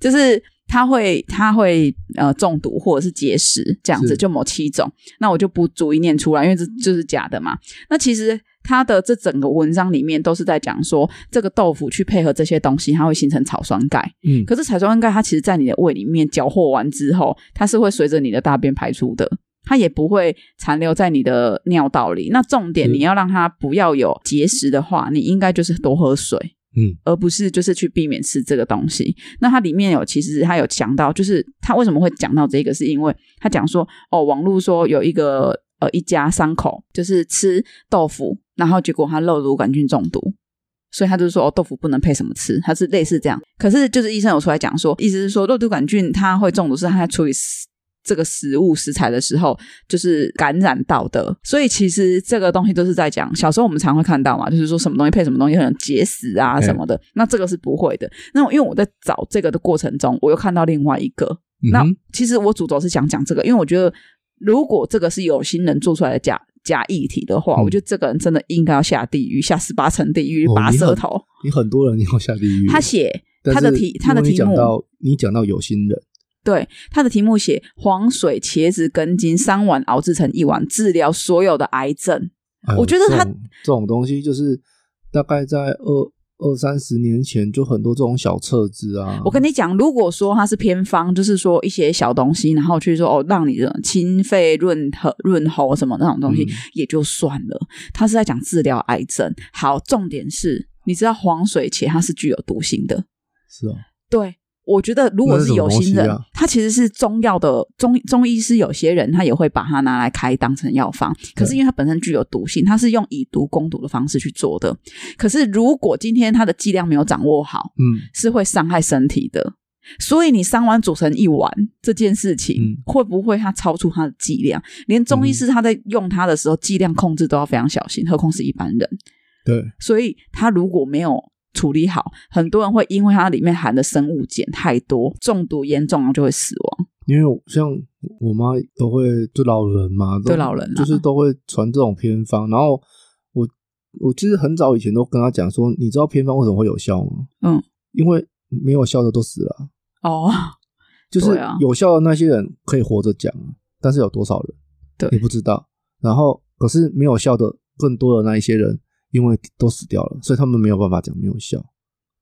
[SPEAKER 2] 就是他会他会呃中毒或者是结石这样
[SPEAKER 1] 是
[SPEAKER 2] 子，就某七种。那我就不逐一念出来，因为这就是假的嘛。那其实他的这整个文章里面都是在讲说，这个豆腐去配合这些东西，它会形成草酸钙。
[SPEAKER 1] 嗯，
[SPEAKER 2] 可是草酸钙它其实在你的胃里面缴获完之后，它是会随着你的大便排出的。它也不会残留在你的尿道里。那重点，
[SPEAKER 1] 是
[SPEAKER 2] 你要让它不要有结石的话，你应该就是多喝水，
[SPEAKER 1] 嗯，
[SPEAKER 2] 而不是就是去避免吃这个东西。那它里面有，其实它有讲到，就是它为什么会讲到这个，是因为它讲说，哦，网络说有一个呃一家三口就是吃豆腐，然后结果他肉毒杆菌中毒，所以他就说哦，豆腐不能配什么吃，它是类似这样。可是就是医生有出来讲说，意思是说肉毒杆菌它会中毒，是它在处理食这个食物食材的时候，就是感染到的。所以其实这个东西都是在讲，小时候我们常会看到嘛，就是说什么东西配什么东西，可能结石啊
[SPEAKER 1] 嗯
[SPEAKER 2] 什么的。那这个是不会的。那因为我在找这个的过程中，我又看到另外一个，那
[SPEAKER 1] 嗯
[SPEAKER 2] 其实我主轴是想讲这个，因为我觉得如果这个是有心人做出来的假假议题的话，
[SPEAKER 1] 嗯
[SPEAKER 2] 我觉得这个人真的应该要下地狱，下十八层地狱，
[SPEAKER 1] 哦
[SPEAKER 2] 拔
[SPEAKER 1] 你很
[SPEAKER 2] 舌头。
[SPEAKER 1] 你很多人你要下地狱。
[SPEAKER 2] 他写
[SPEAKER 1] 但
[SPEAKER 2] 他的
[SPEAKER 1] 是
[SPEAKER 2] 题
[SPEAKER 1] 因
[SPEAKER 2] 他的
[SPEAKER 1] 为你
[SPEAKER 2] 题
[SPEAKER 1] 讲
[SPEAKER 2] 目
[SPEAKER 1] 到你讲到有心人，
[SPEAKER 2] 对他的题目写黄水茄子根茎三碗熬制成一碗，治疗所有的癌症。
[SPEAKER 1] 哎呦
[SPEAKER 2] 我觉得
[SPEAKER 1] 这
[SPEAKER 2] 他
[SPEAKER 1] 种这种东西就是大概在二二三十年前就很多这种小册子啊。
[SPEAKER 2] 我跟你讲，如果说它是偏方，就是说一些小东西，然后去说哦，让你的清肺润和润喉什么那种东西、
[SPEAKER 1] 嗯
[SPEAKER 2] 也就算了。他是在讲治疗癌症。好，重点是，你知道黄水茄它是具有毒性的，
[SPEAKER 1] 是啊，
[SPEAKER 2] 对。我觉得，如果
[SPEAKER 1] 那是
[SPEAKER 2] 是
[SPEAKER 1] 什么
[SPEAKER 2] 有心人，
[SPEAKER 1] 东西啊
[SPEAKER 2] 他其实是中药的中中医师，有些人他也会把它拿来开当成药方。可是因为它本身具有毒性，它是用以毒攻毒的方式去做的。可是如果今天它的剂量没有掌握好，
[SPEAKER 1] 嗯，
[SPEAKER 2] 是会伤害身体的。所以你三碗煮成一碗这件事情，
[SPEAKER 1] 嗯
[SPEAKER 2] 会不会它超出它的剂量？连中医师他在用它的时候，剂量控制都要非常小心，何况是一般人。
[SPEAKER 1] 对，
[SPEAKER 2] 所以他如果没有处理好，很多人会因为它里面含的生物碱太多，中毒严重然后就会死亡。
[SPEAKER 1] 因为我像我妈都会就老人嘛，都
[SPEAKER 2] 对老人啊
[SPEAKER 1] 就是都会传这种偏方。然后我我其实很早以前都跟她讲说，你知道偏方为什么会有效吗？
[SPEAKER 2] 嗯，
[SPEAKER 1] 因为没有效的都死了啊、
[SPEAKER 2] 哦，
[SPEAKER 1] 就是
[SPEAKER 2] 对啊
[SPEAKER 1] 有效的那些人可以活着讲啊，但是有多少人
[SPEAKER 2] 对
[SPEAKER 1] 你不知道。然后可是没有效的更多的那一些人，因为都死掉了，所以他们没有办法讲没有效，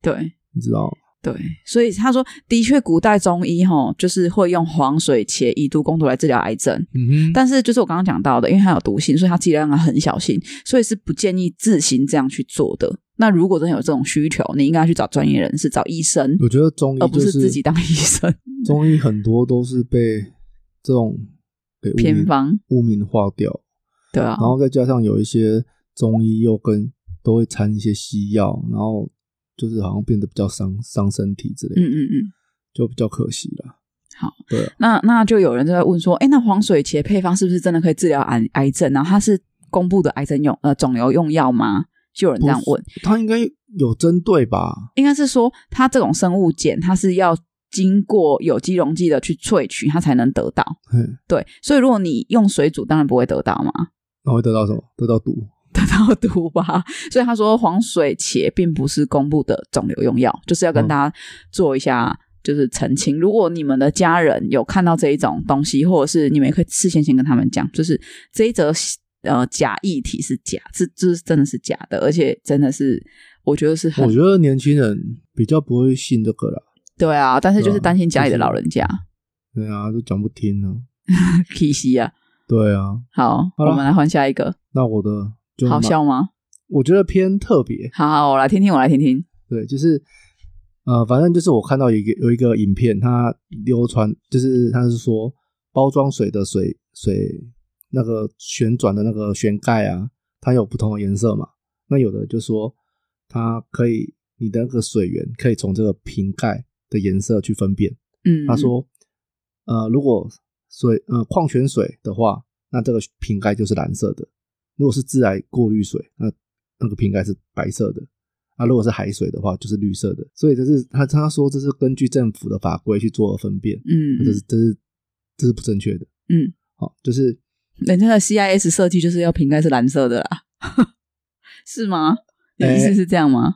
[SPEAKER 2] 对，
[SPEAKER 1] 你知道吗？
[SPEAKER 2] 对，所以他说，的确，古代中医哈，就是会用黄水茄以毒攻毒来治疗癌症。
[SPEAKER 1] 嗯哼，
[SPEAKER 2] 但是就是我刚刚讲到的，因为它有毒性，所以它剂量要啊很小心，所以是不建议自行这样去做的。那如果真的有这种需求，你应该去找专业人士，找医生，
[SPEAKER 1] 我觉得中医
[SPEAKER 2] 而
[SPEAKER 1] 就
[SPEAKER 2] 不是自己当医生。
[SPEAKER 1] 中医很多都是被这种给污
[SPEAKER 2] 偏
[SPEAKER 1] 名
[SPEAKER 2] 方，
[SPEAKER 1] 污名化掉，
[SPEAKER 2] 对啊
[SPEAKER 1] 然，后再加上有一些中医又跟都会掺一些西药，然后就是好像变得比较伤伤身体之类的，
[SPEAKER 2] 嗯嗯嗯。
[SPEAKER 1] 就比较可惜了。
[SPEAKER 2] 好，
[SPEAKER 1] 对啊，
[SPEAKER 2] 那那就有人就在问说，哎，那黄水茄配方是不是真的可以治疗癌癌症？然后它是公布的癌症用呃肿瘤用药吗？就有人这样问。
[SPEAKER 1] 他应该有针对吧？
[SPEAKER 2] 应该是说，它这种生物碱，它是要经过有机溶剂的去萃取，它才能得到。
[SPEAKER 1] 嘿，
[SPEAKER 2] 对，所以如果你用水煮，当然不会得到嘛，
[SPEAKER 1] 那会得到什么？得到毒。
[SPEAKER 2] 得到毒吧。所以他说，黄水茄并不是公布的肿瘤用药，就是要跟
[SPEAKER 1] 嗯
[SPEAKER 2] 大家做一下。就是澄清，如果你们的家人有看到这一种东西，或者是你们也可以事先先跟他们讲，就是这一则呃假议题是假，这这是真的是假的，而且真的是我觉得是很
[SPEAKER 1] 我觉得年轻人比较不会信这个啦。
[SPEAKER 2] 对啊，但是就
[SPEAKER 1] 对
[SPEAKER 2] 是
[SPEAKER 1] 啊
[SPEAKER 2] 担心家里
[SPEAKER 1] 就
[SPEAKER 2] 的
[SPEAKER 1] 是
[SPEAKER 2] 老人家，
[SPEAKER 1] 对啊，都讲不听啊。
[SPEAKER 2] 气息啊。
[SPEAKER 1] 对啊，
[SPEAKER 2] 好，
[SPEAKER 1] 好啦
[SPEAKER 2] 我们来换下一个，
[SPEAKER 1] 那我的就
[SPEAKER 2] 好
[SPEAKER 1] 蛮，
[SPEAKER 2] 笑吗？
[SPEAKER 1] 我觉得偏特别。
[SPEAKER 2] 好好，我来听听，我来听听。
[SPEAKER 1] 对，就是呃，反正就是我看到有一个有一个影片，它流传，就是它是说包装水的水水那个旋转的那个旋盖啊，它有不同的颜色嘛。那有的就说它可以，你的那个水源可以从这个瓶盖的颜色去分辨。
[SPEAKER 2] 嗯，
[SPEAKER 1] 他说，呃，如果水呃矿泉水的话，那这个瓶盖就是蓝色的；如果是自来过滤水，那那个瓶盖是白色的。啊，如果是海水的话，就是绿色的。所以这是他他说这是根据政府的法规去做分辨，
[SPEAKER 2] 嗯，
[SPEAKER 1] 这是这是这是不正确的。
[SPEAKER 2] 嗯，
[SPEAKER 1] 好、就是
[SPEAKER 2] 人家的 CIS 设计就是要瓶盖是蓝色的啦， 是吗？你的意思
[SPEAKER 1] 哎
[SPEAKER 2] 是这样吗？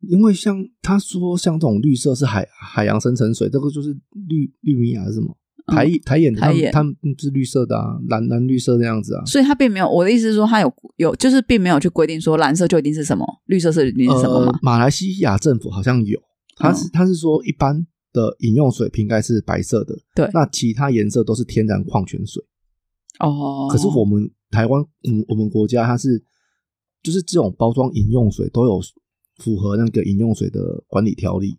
[SPEAKER 1] 因为像他说像这种绿色是海海洋深层水，这个就是绿绿米啊亚是什么？
[SPEAKER 2] 嗯
[SPEAKER 1] 台台眼他
[SPEAKER 2] 台
[SPEAKER 1] 们
[SPEAKER 2] 眼
[SPEAKER 1] 他们是绿色的啊，蓝蓝绿色那样子啊。
[SPEAKER 2] 所以他并没有，我的意思是说，他有有就是并没有去规定说蓝色就一定是什么，绿色是一定是什么哦嘛
[SPEAKER 1] 呃？？马来西亚政府好像有，他是他是说一般的饮用水瓶盖是白色的，
[SPEAKER 2] 对
[SPEAKER 1] 那其他颜色都是天然矿泉水。
[SPEAKER 2] 哦，
[SPEAKER 1] 呃可是我们台湾，嗯，我们国家它是就是这种包装饮用水都有符合那个饮用水的管理条例，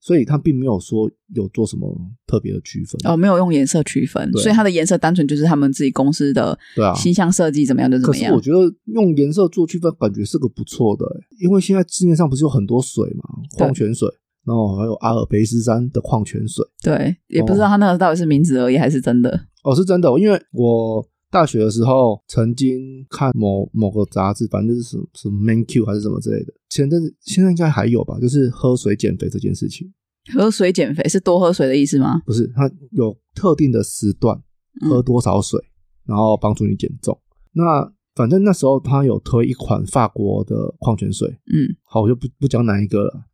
[SPEAKER 1] 所以它并没有说有做什么特别的区分。
[SPEAKER 2] 哦，没有用颜色区分，
[SPEAKER 1] 对
[SPEAKER 2] 所以它的颜色单纯就是他们自己公司的
[SPEAKER 1] 对啊
[SPEAKER 2] 形象设计怎么样就怎
[SPEAKER 1] 可
[SPEAKER 2] 么
[SPEAKER 1] 是
[SPEAKER 2] 样
[SPEAKER 1] 我。觉得用颜色做区分，感觉是个不错的、欸，因为现在市面上不是有很多水嘛，
[SPEAKER 2] 对
[SPEAKER 1] 矿泉水，然后还有阿尔卑斯山的矿泉水。
[SPEAKER 2] 对，也不知道他那个到底是名字而已还是真的。
[SPEAKER 1] 哦，是真的哦，因为我大学的时候曾经看某某个杂志，反正就是什么什么 Man Q 还是什么之类的。前阵子现在应该还有吧，就是喝水减肥这件事情，
[SPEAKER 2] 喝水减肥是多喝水的意思吗？
[SPEAKER 1] 不是它有特定的时段
[SPEAKER 2] 嗯
[SPEAKER 1] 喝多少水，然后帮助你减重。那反正那时候它有推一款法国的矿泉水，
[SPEAKER 2] 嗯，
[SPEAKER 1] 好，我就不不讲哪一个了，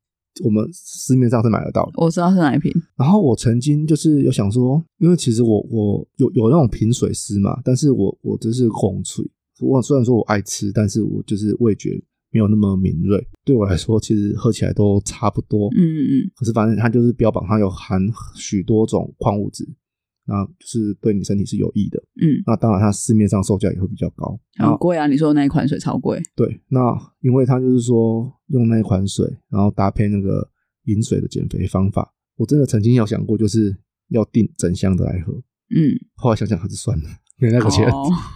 [SPEAKER 1] 我们市面上是买得到的。
[SPEAKER 2] 我知道是哪一瓶。
[SPEAKER 1] 然后我曾经就是有想说，因为其实我我有有那种品水师嘛，但是我我就是拱嘴，我虽然说我爱吃，但是我就是味觉没有那么敏锐，对我来说其实喝起来都差不多。
[SPEAKER 2] 嗯嗯嗯，
[SPEAKER 1] 可是反正它就是标榜它有含许多种矿物质，那就是对你身体是有益的。
[SPEAKER 2] 嗯，
[SPEAKER 1] 那当然它市面上售价也会比较高。然
[SPEAKER 2] 很
[SPEAKER 1] 后
[SPEAKER 2] 贵啊！你说的那一款水超贵。
[SPEAKER 1] 对，那因为它就是说用那一款水，然后搭配那个饮水的减肥方法，我真的曾经有想过，就是要订整箱的来喝。
[SPEAKER 2] 嗯，
[SPEAKER 1] 后来想想还是算了，没那个钱，
[SPEAKER 2] 哦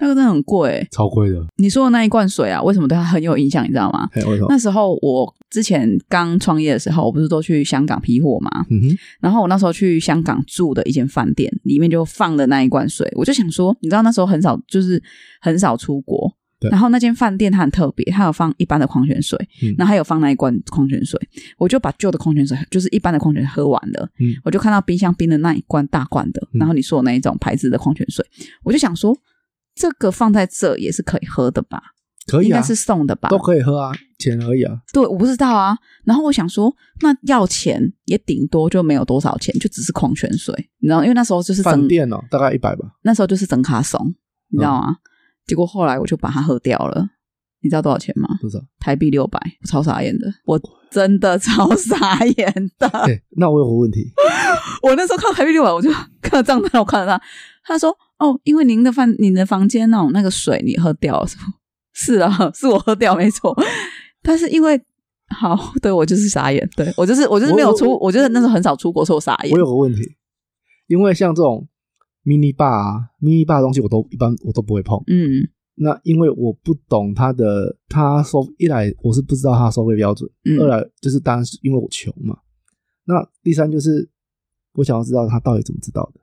[SPEAKER 2] 那个真的很贵欸。
[SPEAKER 1] 超贵的。
[SPEAKER 2] 你说的那一罐水啊，为什么对他很有影响？你知道吗？
[SPEAKER 1] 哎，为什么？
[SPEAKER 2] 那时候我之前刚创业的时候，我不是都去香港批货嘛？
[SPEAKER 1] 嗯哼，
[SPEAKER 2] 然后我那时候去香港住的一间饭店，里面就放了那一罐水，我就想说，你知道那时候很少，就是很少出国
[SPEAKER 1] 对。
[SPEAKER 2] 然后那间饭店它很特别，它有放一般的矿泉水，
[SPEAKER 1] 嗯
[SPEAKER 2] 然后还有放那一罐矿泉水。我就把旧的矿泉水，就是一般的矿泉水喝完了，
[SPEAKER 1] 嗯
[SPEAKER 2] 我就看到冰箱冰的那一罐大罐的，
[SPEAKER 1] 嗯
[SPEAKER 2] 然后你说的那一种牌子的矿泉水，我就想说，这个放在这也是可以喝的吧？
[SPEAKER 1] 可以
[SPEAKER 2] 应
[SPEAKER 1] 啊
[SPEAKER 2] 该，是送的吧？
[SPEAKER 1] 都可以喝啊，钱而已啊。
[SPEAKER 2] 对，我不知道啊。然后我想说，那要钱也顶多就没有多少钱，就只是矿泉水，你知道？因为那时候就是
[SPEAKER 1] 饭
[SPEAKER 2] 整，
[SPEAKER 1] 店嗯哦，大概一百吧，
[SPEAKER 2] 那时候就是整卡怂，你知道吗？结果后来我就把它喝掉了。你知道多少钱吗？
[SPEAKER 1] 多少？
[SPEAKER 2] 台币六百，我超傻眼的，我真的 超傻眼的。
[SPEAKER 1] 哎，那我有个问题，
[SPEAKER 2] 我那时候看到台币六百，我就看到账单，我看到他，他说：“哦，因为您的饭、您的房间哦，那个水你喝掉了，是啊， 是我喝掉，没错。 但是因为好，对我就是傻眼，对我就是我就是没有出，
[SPEAKER 1] 我
[SPEAKER 2] 我
[SPEAKER 1] 我
[SPEAKER 2] 觉得那时候很少出国，所以我傻眼
[SPEAKER 1] 我。有个问题，因为像这种 mini bar 啊，mini bar 的东西我都一般我都不会碰。
[SPEAKER 2] 嗯
[SPEAKER 1] 那因为我不懂他的，他收一来我是不知道他收费标准，
[SPEAKER 2] 嗯
[SPEAKER 1] 二来就是当然是因为我穷嘛。那第三就是我想要知道他到底怎么知道的。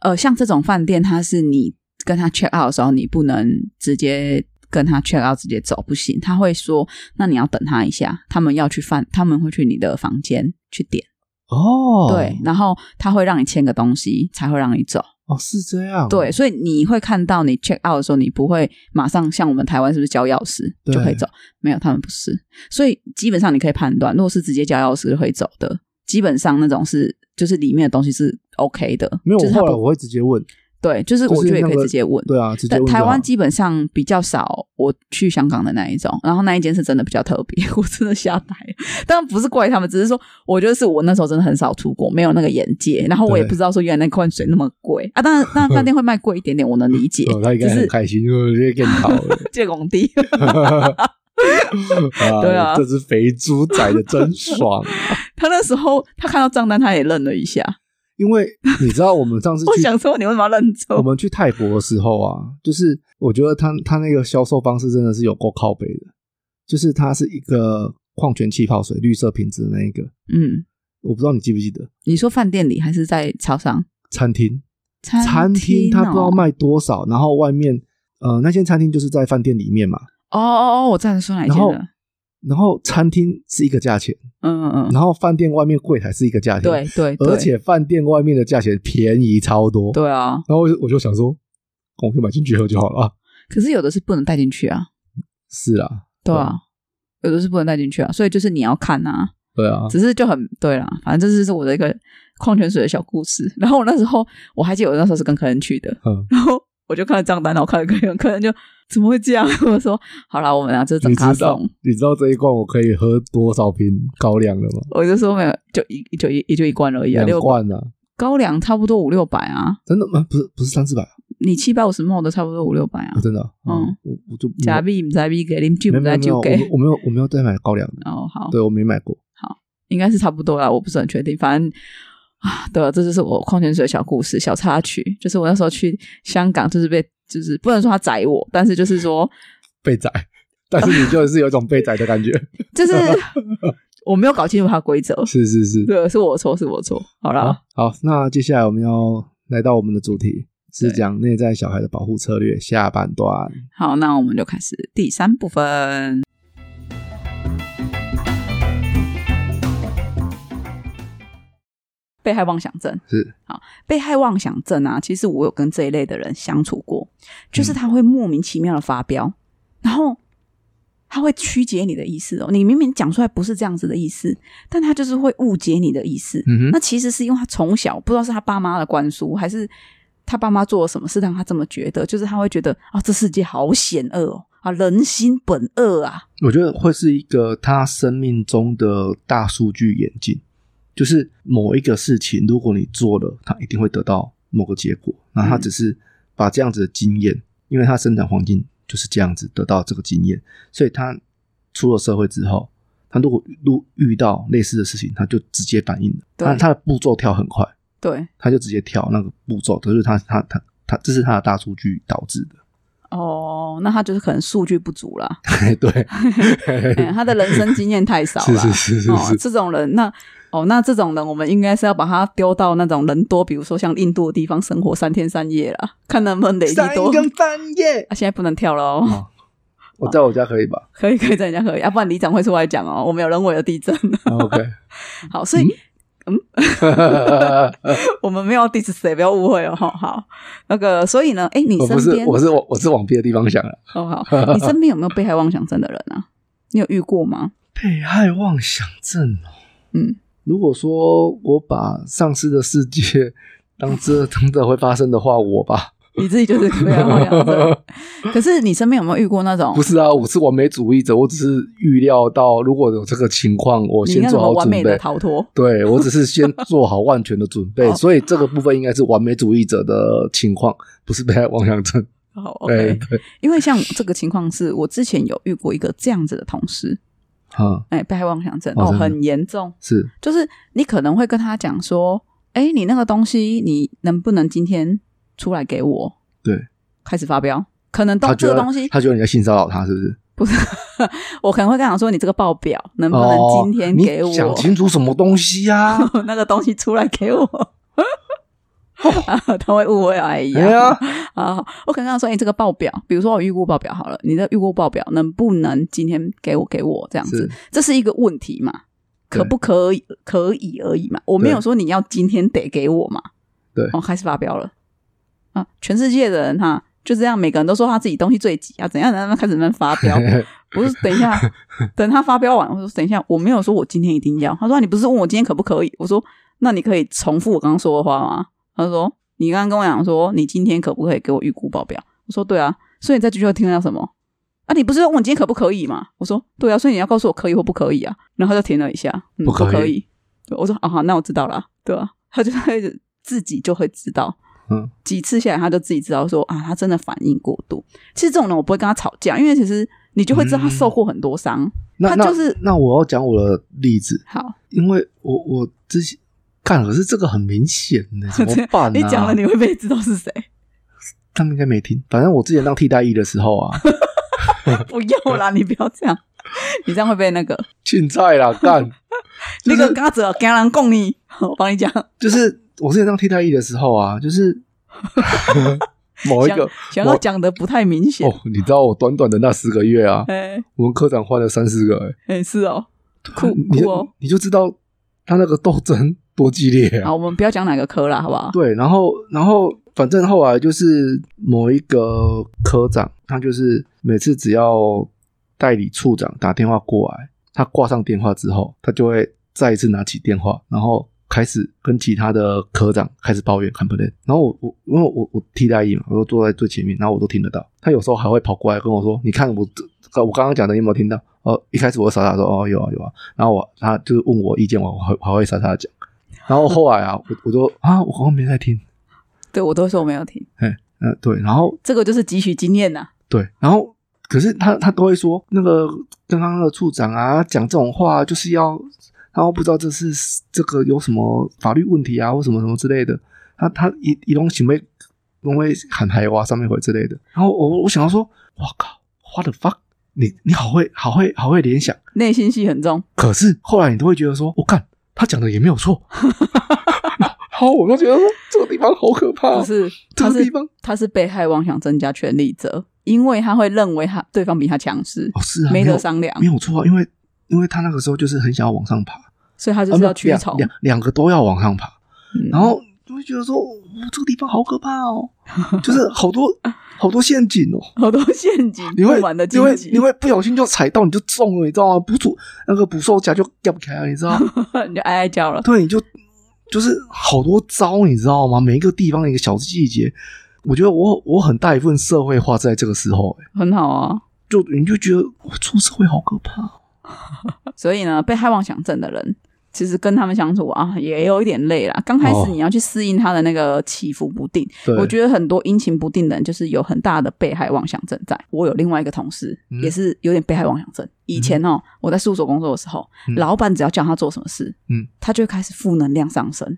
[SPEAKER 2] 呃，像这种饭店，它是你跟他 check out 的时候，你不能直接跟他 check out 直接走，不行，他会说：那你要等他一下，他们要去饭，他们会去你的房间去点，
[SPEAKER 1] 哦
[SPEAKER 2] 对，然后他会让你签个东西，才会让你走。”
[SPEAKER 1] 哦是这样，
[SPEAKER 2] 对，，所以你会看到你 check out 的时候，你不会马上像我们台湾是不是交钥匙
[SPEAKER 1] 对
[SPEAKER 2] 就可以走？没有，他们不是。所以基本上你可以判断，如果是直接交钥匙就可以走的，基本上那种是就是里面的东西是 OK 的。
[SPEAKER 1] 没有
[SPEAKER 2] 就是他
[SPEAKER 1] 后来
[SPEAKER 2] 不
[SPEAKER 1] 我会直接问，
[SPEAKER 2] 对，就是
[SPEAKER 1] 就是
[SPEAKER 2] 我觉得也
[SPEAKER 1] 那
[SPEAKER 2] 可以
[SPEAKER 1] 个
[SPEAKER 2] 直接问。
[SPEAKER 1] 对啊，直接
[SPEAKER 2] 但
[SPEAKER 1] 问就好。
[SPEAKER 2] 台湾基本上比较少，我去香港的那一种，然后那一间是真的比较特别， 我真的吓呆了。当然不是怪他们，只是说我觉得是我那时候真的很少出国，没有那个眼界，然后我也
[SPEAKER 1] 对，
[SPEAKER 2] 不知道说原来那罐水那么贵啊。当然，当然饭店会卖贵一点点，我能理解
[SPEAKER 1] 哦他应
[SPEAKER 2] 只
[SPEAKER 1] 该很
[SPEAKER 2] 是
[SPEAKER 1] 开心，因为这更好 了。
[SPEAKER 2] 借工地。对啊
[SPEAKER 1] 这只肥猪宰的真爽。
[SPEAKER 2] 他那时候他看到账单，他也愣了一下，
[SPEAKER 1] 因为你知道我们上次
[SPEAKER 2] 我
[SPEAKER 1] 去
[SPEAKER 2] 想说你为什么要认
[SPEAKER 1] 我
[SPEAKER 2] 错？
[SPEAKER 1] 们去泰国的时候啊，就是我觉得他他那个销售方式真的是有够靠背的，就是它是一个矿泉气泡水，绿色瓶子的那一个，
[SPEAKER 2] 嗯，
[SPEAKER 1] 我不知道你记不记得，
[SPEAKER 2] 你说饭店里还是在超商？
[SPEAKER 1] 餐厅
[SPEAKER 2] 餐
[SPEAKER 1] 餐厅它不知道
[SPEAKER 2] 哦
[SPEAKER 1] 卖多少，然后外面呃那间餐厅就是在饭店里面嘛，
[SPEAKER 2] 哦哦哦，我知道你说哪一
[SPEAKER 1] 然
[SPEAKER 2] 间
[SPEAKER 1] 后
[SPEAKER 2] 了。
[SPEAKER 1] 然后餐厅是一个价钱，
[SPEAKER 2] 嗯嗯嗯，
[SPEAKER 1] 然后饭店外面柜台是一个价钱，
[SPEAKER 2] 对，对对，
[SPEAKER 1] 而且饭店外面的价钱便宜超多，
[SPEAKER 2] 对啊，
[SPEAKER 1] 然后我就我就想说，我就买进去喝就好了啊，
[SPEAKER 2] 可是有的是不能带进去啊，
[SPEAKER 1] 是啦，
[SPEAKER 2] 对啊，有的是不能带进去啊，所以就是你要看啊，
[SPEAKER 1] 对啊，
[SPEAKER 2] 只是就很对啦，反正这就是我的一个矿泉水的小故事。 然后我那时候我还记得我那时候是跟客人去的，
[SPEAKER 1] 嗯，
[SPEAKER 2] 然后我就看了账单，然后看了客人，客人就怎么会这样？ 我说好啦，我们俩就整
[SPEAKER 1] 你
[SPEAKER 2] 咖
[SPEAKER 1] 知道
[SPEAKER 2] 送。
[SPEAKER 1] 你知道这一罐我可以喝多少瓶高粱了吗？
[SPEAKER 2] 我就说没有，就一就一也就一罐而已啊，
[SPEAKER 1] 两
[SPEAKER 2] 六
[SPEAKER 1] 罐啊，
[SPEAKER 2] 高粱差不多五六百啊，
[SPEAKER 1] 真的吗？不是不是三四百啊，
[SPEAKER 2] 你七百五十毛的差不多五六百啊
[SPEAKER 1] 啊，真的啊，
[SPEAKER 2] 嗯，
[SPEAKER 1] 我我就没有
[SPEAKER 2] 假币不假币给，零酒
[SPEAKER 1] 没有
[SPEAKER 2] 不
[SPEAKER 1] 没有
[SPEAKER 2] 在
[SPEAKER 1] 没有，
[SPEAKER 2] 酒
[SPEAKER 1] 我
[SPEAKER 2] 给。
[SPEAKER 1] 没我没有我没有再买高粱的，
[SPEAKER 2] 哦，好，
[SPEAKER 1] 对我没买过，
[SPEAKER 2] 应该是差不多啦，我不是很确定。反正啊，对了，这就是我矿泉水的小故事、小插曲。就是我那时候去香港，就是被就是不能说他宰我，但是就是说，
[SPEAKER 1] 被宰， 但是你就是有一种被宰的感 觉，
[SPEAKER 2] 就是我没有搞清楚他的规则。
[SPEAKER 1] 是是是，
[SPEAKER 2] 对，啊是我错，是我错。好啦，
[SPEAKER 1] 好，好，那接下来我们要来到我们的主题，是
[SPEAKER 2] 对
[SPEAKER 1] 讲内在小孩的保护策略下半段。
[SPEAKER 2] 好，那我们就开始第三部分。被害妄想症
[SPEAKER 1] 是
[SPEAKER 2] 好，被害妄想症啊，其实我有跟这一类的人相处过，就是他会莫名其妙的发飙，然后他会曲解你的意思哦，你明明讲出来不是这样子的意思，但他就是会误解你的意思，
[SPEAKER 1] 嗯哼，
[SPEAKER 2] 那其实是因为他从小不知道是他爸妈的灌输，还是他爸妈做了什么事让他这么觉得，就是他会觉得啊、这世界好险恶哦，啊，人心本恶啊，
[SPEAKER 1] 我觉得会是一个他生命中的大数据演进，就是某一个事情，如果你做了，他一定会得到某个结果。那他
[SPEAKER 2] 嗯
[SPEAKER 1] 只是把这样子的经验，因为他生长环境就是这样子得到这个经验，所以他出了社会之后，他如果遇遇到类似的事情，他就直接反应了。
[SPEAKER 2] 对
[SPEAKER 1] 但他的步骤跳很快。
[SPEAKER 2] 对，
[SPEAKER 1] 他就直接跳那个步骤，可是他他他他，这是他的大数据导致的。
[SPEAKER 2] 哦，那他就是可能数据不足 啦，
[SPEAKER 1] 对，
[SPEAKER 2] 嗯他的人生经验太少
[SPEAKER 1] 是
[SPEAKER 2] 了，
[SPEAKER 1] 是是是
[SPEAKER 2] 哦，
[SPEAKER 1] 是，
[SPEAKER 2] 这种人那。哦，那这种人，我们应该是要把他丢到那种人多，比如说像印度的地方生活三天三夜啦，看能不能累积多。啊，
[SPEAKER 1] 半夜，
[SPEAKER 2] 现在不能跳了哦，
[SPEAKER 1] 哦我在我家可以吧
[SPEAKER 2] 可以可以，在人家可以，要、啊不然里长会出来讲哦，我们有人为的地震。
[SPEAKER 1] 哦 ？OK，
[SPEAKER 2] 好，所以、
[SPEAKER 1] 嗯
[SPEAKER 2] 我们没有 diss 谁，不要误会哦。 好好，那个，所以呢，哎，你
[SPEAKER 1] 我不
[SPEAKER 2] 身
[SPEAKER 1] 是
[SPEAKER 2] 边
[SPEAKER 1] 我是我我是往别的地方想啊了。
[SPEAKER 2] 哦好，你身边有没有被害妄想症的人啊？你有遇过吗？
[SPEAKER 1] 被害妄想症哦，
[SPEAKER 2] 嗯，
[SPEAKER 1] 如果说我把上司的世界当真真的会发生的话，我吧，
[SPEAKER 2] 你自己就是 被害妄想症，可是你身边有没有遇过那种
[SPEAKER 1] 不？是啊，我是完美主义者，我只是预料到如果有这个情况，我
[SPEAKER 2] 你应
[SPEAKER 1] 先
[SPEAKER 2] 该怎
[SPEAKER 1] 做好
[SPEAKER 2] 么完
[SPEAKER 1] 准
[SPEAKER 2] 美的
[SPEAKER 1] 备。
[SPEAKER 2] 逃哦脱？
[SPEAKER 1] 对我只是先做好万全的准备
[SPEAKER 2] 好，
[SPEAKER 1] 所以这个部分应该是完美主义者的情况，不是被害妄想症。
[SPEAKER 2] 好
[SPEAKER 1] 对
[SPEAKER 2] ，OK。
[SPEAKER 1] 对，
[SPEAKER 2] 因为像这个情况是我之前有遇过一个这样子的同事，
[SPEAKER 1] 嗯，
[SPEAKER 2] 哎，被害妄想症
[SPEAKER 1] 哦
[SPEAKER 2] 哦，
[SPEAKER 1] 真的
[SPEAKER 2] 很严重。
[SPEAKER 1] 是
[SPEAKER 2] 就是你可能会跟他讲说，哎，你那个东西，你能不能今天出来给我？
[SPEAKER 1] 对，
[SPEAKER 2] 开始发飙，可能都
[SPEAKER 1] 他
[SPEAKER 2] 这
[SPEAKER 1] 觉
[SPEAKER 2] 个
[SPEAKER 1] 得
[SPEAKER 2] 东西，
[SPEAKER 1] 他觉得你在性骚扰他，是不是？
[SPEAKER 2] 我可能会跟他讲说，你这个报表能不能
[SPEAKER 1] 哦，
[SPEAKER 2] 今天
[SPEAKER 1] 你
[SPEAKER 2] 给我、
[SPEAKER 1] 讲清楚什么东西呀？
[SPEAKER 2] 那个东西出来给我？ 啊他会误会阿姨
[SPEAKER 1] 哎呀
[SPEAKER 2] 啊！ 啊，我可能跟他说，你这个报表，比如说我预估报表好了，你的预估报表能不能今天给我给我这样子
[SPEAKER 1] 是？
[SPEAKER 2] 这是一个问题嘛？
[SPEAKER 1] 对
[SPEAKER 2] 可不可以？可以而已嘛。我没有
[SPEAKER 1] 对
[SPEAKER 2] 说你要今天得给我嘛。
[SPEAKER 1] 对
[SPEAKER 2] 哦，开始发飙了啊！全世界的人哈就这样，每个人都说他自己东西最急啊，怎样？怎样开始在那边发飙，我说等一 下，等他发飙完，我说等一下，我没有说我今天一定要。他说你不是问我今天可不可以？我说那你可以重复我刚刚说的话吗？他说你刚刚跟我讲说你今天可不可以给我预估报表？我说对啊，所以你在这句话听到什么？啊，你不是问我今天可不可以吗？我说对啊，所以你要告诉我可以或不可以啊。然后他就停了一下，嗯、
[SPEAKER 1] 不
[SPEAKER 2] 不
[SPEAKER 1] 可以
[SPEAKER 2] 对我说啊好，那我知道了，对啊，他就开始自己就会知道。
[SPEAKER 1] 嗯，
[SPEAKER 2] 几次下来，他就自己知道说啊，他真的反应过度。其实这种人我不会跟他吵架，因为其实你就会知道他受过很多伤。
[SPEAKER 1] 那
[SPEAKER 2] 他
[SPEAKER 1] 那
[SPEAKER 2] 就是
[SPEAKER 1] 那我要讲我的例子，
[SPEAKER 2] 好，
[SPEAKER 1] 因为我我之前干，可是这个很明显 呢，怎么办呢、
[SPEAKER 2] 你讲了你会被知道 是谁？
[SPEAKER 1] 他们应该没听。反正我之前当替代役的时候啊，
[SPEAKER 2] 不要啦，你不要这样，你这样会被那个
[SPEAKER 1] 现在啦，干，就是
[SPEAKER 2] 那个嘎子跟人供你，我帮你讲。
[SPEAKER 1] 就是我之前当替代役的时候啊，就是 某一个
[SPEAKER 2] 想要
[SPEAKER 1] 我
[SPEAKER 2] 讲的不太明显。
[SPEAKER 1] 哦，你知道我短短的那十个月啊，
[SPEAKER 2] 哎
[SPEAKER 1] 我们科长换了三四个、欸，
[SPEAKER 2] 哎、是哦，酷
[SPEAKER 1] 你
[SPEAKER 2] 酷
[SPEAKER 1] 就
[SPEAKER 2] 哦。
[SPEAKER 1] 你就知道他那个斗争多激烈啊
[SPEAKER 2] 好，。我们不要讲哪个科啦，好不好？
[SPEAKER 1] 对，然后然后反正后来就是某一个科长，他就是每次只要代理处长打电话过来，他挂上电话之后，他就会再一次拿起电话，然后开始跟其他的科长开始抱怨 complain。然后我我因为我我替代役嘛，我就坐在最前面，然后我都听得到。他有时候还会跑过来跟我说：“你看我这我刚刚讲的，你有没有听到？”哦，一开始我傻傻说：“哦，有啊有啊。”然后我他就是问我意见，我我还还会傻傻地讲。然后后来啊，我我就啊，我好像没在听，
[SPEAKER 2] 对我都说我没有听，
[SPEAKER 1] 嗯、对，然后
[SPEAKER 2] 这个就是汲取经验呐。
[SPEAKER 1] 对，然后可是他他都会说那个刚刚那个处长啊讲这种话就是要，然后不知道这是这个有什么法律问题啊或什么什么之类的，他他一一种行为因为喊海蛙上面回之类的，然后我我想要说，哇靠，what the fuck，你你好会好会好会联想，
[SPEAKER 2] 内心戏很重，
[SPEAKER 1] 可是后来你都会觉得说，我、看他讲的也没有错， 然后我就觉得说这个地方好可怕哦、
[SPEAKER 2] 不是，
[SPEAKER 1] 这
[SPEAKER 2] 他
[SPEAKER 1] 个
[SPEAKER 2] 是
[SPEAKER 1] 地方
[SPEAKER 2] 他是被害妄想症加权力者，因为他会认为他对方比他强势，
[SPEAKER 1] 哦是啊，
[SPEAKER 2] 没
[SPEAKER 1] 有
[SPEAKER 2] 得商量，
[SPEAKER 1] 没有错啊，因为因为他那个时候就是很想要往上爬，
[SPEAKER 2] 所以他就
[SPEAKER 1] 啊
[SPEAKER 2] 是
[SPEAKER 1] 没有
[SPEAKER 2] 要屈
[SPEAKER 1] 两
[SPEAKER 2] 从。
[SPEAKER 1] 两两个都要往上爬，
[SPEAKER 2] 嗯
[SPEAKER 1] 然后就会觉得说，哦、这个地方好可怕哦， 就是好多好多陷阱哦，
[SPEAKER 2] 好多陷阱，
[SPEAKER 1] 你会
[SPEAKER 2] 不满的
[SPEAKER 1] 你会
[SPEAKER 2] 荆棘，
[SPEAKER 1] 你会不小心就踩到，你就中了，你知道吗？捕主那个捕兽夹就掉不开了，你知道吗？
[SPEAKER 2] 你就哀哀叫了。
[SPEAKER 1] 对，你就就是好多招，你知道吗？每一个地方的一个小细节，我觉得我我很大一份社会化在这个时候、欸
[SPEAKER 2] 很好啊。
[SPEAKER 1] 就你就觉得我出社会好可怕哦、
[SPEAKER 2] 所以呢，被害妄想症的人，其实跟他们相处啊，也有一点累啦。刚开
[SPEAKER 1] 哦
[SPEAKER 2] 始你要去适应他的那个起伏不定，
[SPEAKER 1] 对，
[SPEAKER 2] 我觉得很多阴晴不定的人，就是有很大的被害妄想症在。我有另外一个同事，
[SPEAKER 1] 嗯
[SPEAKER 2] 也是有点被害妄想症。以前哦，我在事务所工作的时候，
[SPEAKER 1] 嗯
[SPEAKER 2] 老板只要叫他做什么事，
[SPEAKER 1] 嗯，
[SPEAKER 2] 他就会开始负能量上升。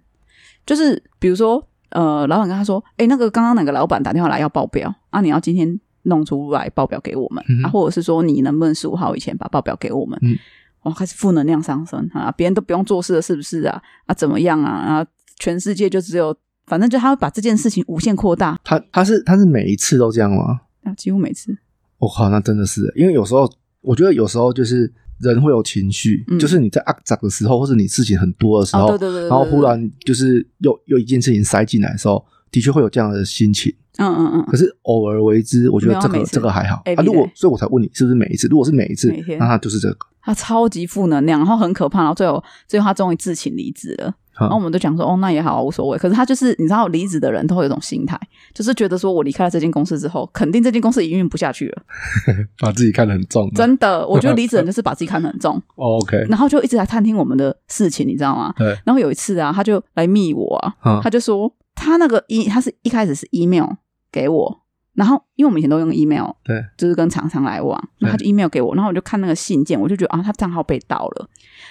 [SPEAKER 2] 就是比如说，呃，老板跟他说：“哎、那个刚刚哪个老板打电话来要报表啊，你要今天弄出来报表给我们、
[SPEAKER 1] 嗯哼
[SPEAKER 2] 啊，或者是说你能不能十五号以前把报表给我们？”
[SPEAKER 1] 嗯
[SPEAKER 2] 哇，开始负能量上升啊！别人都不用做事了，是不是啊？啊，怎么样啊？啊，全世界就只有，反正就他会把这件事情无限扩大，
[SPEAKER 1] 他他是他是每一次都这样吗？
[SPEAKER 2] 啊，几乎每次，
[SPEAKER 1] 我靠，那真的是，欸因为有时候我觉得有时候就是人会有情绪，
[SPEAKER 2] 嗯
[SPEAKER 1] 就是你在阿杂的时候，或是你事情很多的时候，
[SPEAKER 2] 哦对对对对
[SPEAKER 1] 然后
[SPEAKER 2] 对对
[SPEAKER 1] 忽然就是又又一件事情塞进来的时候，的确会有这样的心情。
[SPEAKER 2] 嗯嗯嗯，
[SPEAKER 1] 可是偶尔为之，我觉
[SPEAKER 2] 没
[SPEAKER 1] 得
[SPEAKER 2] 有
[SPEAKER 1] 这个
[SPEAKER 2] 每次
[SPEAKER 1] 这个还好
[SPEAKER 2] every
[SPEAKER 1] 啊。如果
[SPEAKER 2] day
[SPEAKER 1] 所以，我才问你是不是每一次？如果是每一次
[SPEAKER 2] 每，天
[SPEAKER 1] 那他就是这个。
[SPEAKER 2] 他超级负能量，然后很可怕，然后最后最后他终于自请离职了。然后
[SPEAKER 1] 嗯
[SPEAKER 2] 我们都讲说，哦，那也好啊，无所谓。可是他就是，你知道，离职的人都会有一种心态，就是觉得说我离开了这间公司之后，肯定这间公司已经运不下去了。
[SPEAKER 1] 把自己看得很重。啊
[SPEAKER 2] 真嗯的，我觉得离职的人就是把自己看得很重，
[SPEAKER 1] 哦 OK，
[SPEAKER 2] 然后就一直来探听我们的事情，你知道吗？
[SPEAKER 1] 对，
[SPEAKER 2] 然后有一次啊，他就来密我啊，
[SPEAKER 1] 嗯
[SPEAKER 2] 他就说他那个 e 他是一开始是 email 给我，然后因为我们以前都用 email，
[SPEAKER 1] 对，
[SPEAKER 2] 就是跟厂商来往，然后他就 email 给我，然后我就看那个信件，我就觉得啊，他账号被盗了，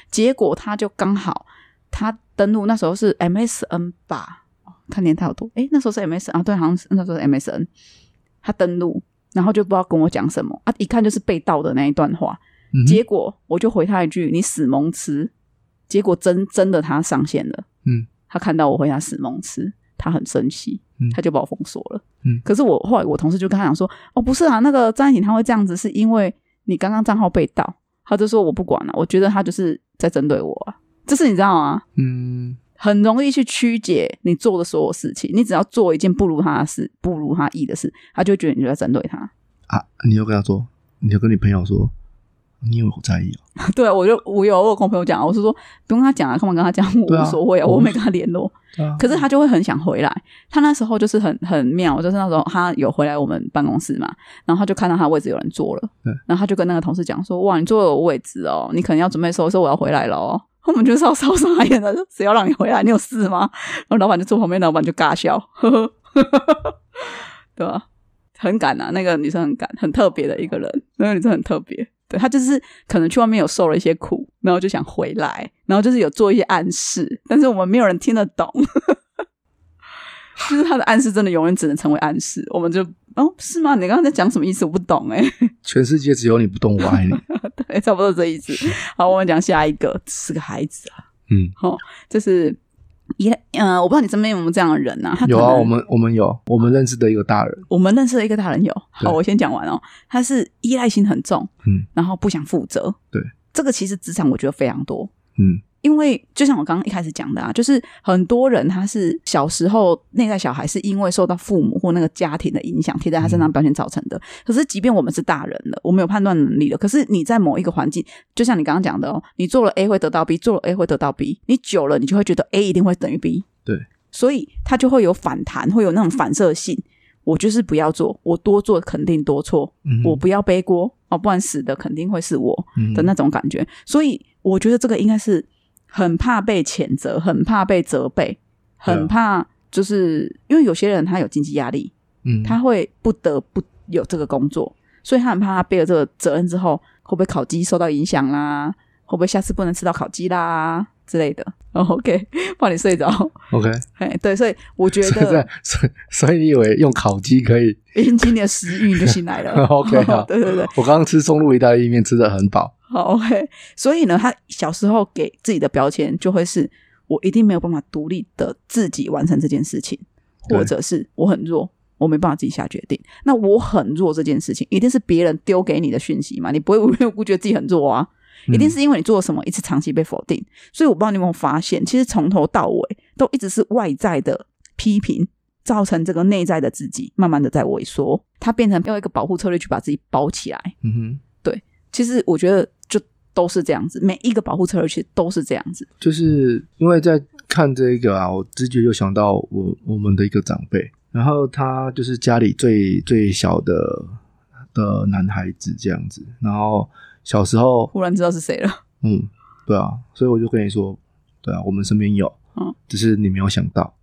[SPEAKER 2] 结果他就刚好他登录那时候是 MSN 吧，哦看年代有多，诶，那时候是 MSN 啊，对，好像是那时候是 MSN，他登录。然后就不知道跟我讲什么啊，一看就是被盗的那一段话。
[SPEAKER 1] 嗯哼
[SPEAKER 2] 结果我就回他一句：“你死蒙吃。”结果真真的他上线了，
[SPEAKER 1] 嗯，
[SPEAKER 2] 他看到我回他死蒙吃，他很生气
[SPEAKER 1] 嗯，
[SPEAKER 2] 他就把我封锁了。
[SPEAKER 1] 嗯
[SPEAKER 2] 可是我后来我同事就跟他讲说：“哦，不是啊，那个张艺婷他会这样子，是因为你刚刚账号被盗。”他就说：“我不管了、我觉得他就是在针对我啊。”就是你知道吗？
[SPEAKER 1] 嗯，
[SPEAKER 2] 很容易去曲解你做的所有事情，你只要做一件不如他的事、不如他意的事，他就会觉得你就在针对他。
[SPEAKER 1] 啊，你就跟他说，你就跟你朋友说，你以为我在意哦？
[SPEAKER 2] 对，我就我有我有跟我朋友讲，我是说不用跟他讲啊，干嘛跟他讲？我
[SPEAKER 1] 对啊
[SPEAKER 2] 无所谓啊，
[SPEAKER 1] 我
[SPEAKER 2] 我没跟他联络。
[SPEAKER 1] 对啊
[SPEAKER 2] 可是他就会很想回来。他那时候就是很很妙，就是那时候他有回来我们办公室嘛，然后他就看到他位置有人坐了
[SPEAKER 1] 对，
[SPEAKER 2] 然后他就跟那个同事讲说：“哇，你坐了我位置哦，你可能要准备收一收，我要回来了哦。” 我们就稍稍傻眼了，谁要让你回来？你有事吗？然后老板就坐旁边，老板就尬笑， 呵呵，对吧、很敢啊，那个女生很敢，很特别的一个人，那个女生很特别。对她就是可能去外面有受了一些苦，然后就想回来，然后就是有做一些暗示，但是我们没有人听得懂，就是他的暗示真的永远只能成为暗示，我们就哦是吗？你刚刚在讲什么意思？我不懂哎、
[SPEAKER 1] 全世界只有你不懂我爱你。
[SPEAKER 2] 对，差不多这意思。好，我们讲下一个，是个孩子啊，
[SPEAKER 1] 嗯，
[SPEAKER 2] 就是依赖，嗯、我不知道你身边有没有这样的人啊？他 可
[SPEAKER 1] 有啊，
[SPEAKER 2] 能
[SPEAKER 1] 我们我们有，我们认识的一个大人，
[SPEAKER 2] 我们认识的一个大人有，好，
[SPEAKER 1] 对
[SPEAKER 2] 我先讲完哦。他是依赖心很重，
[SPEAKER 1] 嗯，
[SPEAKER 2] 然后不想负责，
[SPEAKER 1] 对，
[SPEAKER 2] 这个其实职场我觉得非常多，
[SPEAKER 1] 嗯
[SPEAKER 2] 因为就像我刚刚一开始讲的啊，就是很多人他是小时候内在小孩是因为受到父母或那个家庭的影响贴在他身上标签造成的。可是即便我们是大人了，我们有判断能力了，可是你在某一个环境，就像你刚刚讲的哦，你做了 A 会得到 B，做了 A 会得到 B，你久了你就会觉得 A 一定会等于 B，
[SPEAKER 1] 对，
[SPEAKER 2] 所以它就会有反弹，会有那种反射性。我就是不要做，我多做肯定多错，
[SPEAKER 1] 嗯，
[SPEAKER 2] 我不要背锅哦，不然死的肯定会是我。
[SPEAKER 1] 嗯
[SPEAKER 2] 的那种感觉。所以我觉得这个应该是很怕被谴责，很怕被责备，
[SPEAKER 1] 对
[SPEAKER 2] 很
[SPEAKER 1] 啊
[SPEAKER 2] 怕就是因为有些人他有经济压力，
[SPEAKER 1] 嗯
[SPEAKER 2] 他会不得不有这个工作，所以他很怕他背了这个责任之后，会不会烤鸡受到影响啦？会不会下次不能吃到烤鸡啦之类的、o OK，怕你睡着。
[SPEAKER 1] OK，
[SPEAKER 2] 哎，对，所以我觉
[SPEAKER 1] 所以
[SPEAKER 2] 得
[SPEAKER 1] 在所以所以你以为用烤鸡可 以
[SPEAKER 2] 引起你的食欲，你就醒来 了。
[SPEAKER 1] OK 好
[SPEAKER 2] 哦 对对对，
[SPEAKER 1] 我刚刚吃松露意大利面吃的很饱，
[SPEAKER 2] 好，OK。所以呢，他小时候给自己的标签就会是我一定没有办法独立的自己完成这件事情，
[SPEAKER 1] 对
[SPEAKER 2] 或者是我很弱，我没办法自己下决定。那我很弱这件事情，一定是别人丢给你的讯息嘛？你不会无缘无故觉得自己很弱啊？
[SPEAKER 1] 嗯
[SPEAKER 2] 一定是因为你做了什么，一直长期被否定。所以我不知道你有没有发现，其实从头到尾都一直是外在的批评。造成这个内在的自己慢慢的在萎缩，它变成用一个保护策略去把自己包起来，
[SPEAKER 1] 嗯哼，
[SPEAKER 2] 其实我觉得就都是这样子，每一个保护策略其实都是这样子。
[SPEAKER 1] 就是因为在看这个啊，我直觉就想到我我们的一个长辈，然后他就是家里最最小的的男孩子这样子，然后小时候
[SPEAKER 2] 忽然知道是谁了，
[SPEAKER 1] 嗯，对啊，所以我就跟你说，对啊，我们身边有，
[SPEAKER 2] 嗯，
[SPEAKER 1] 只是你没有想到。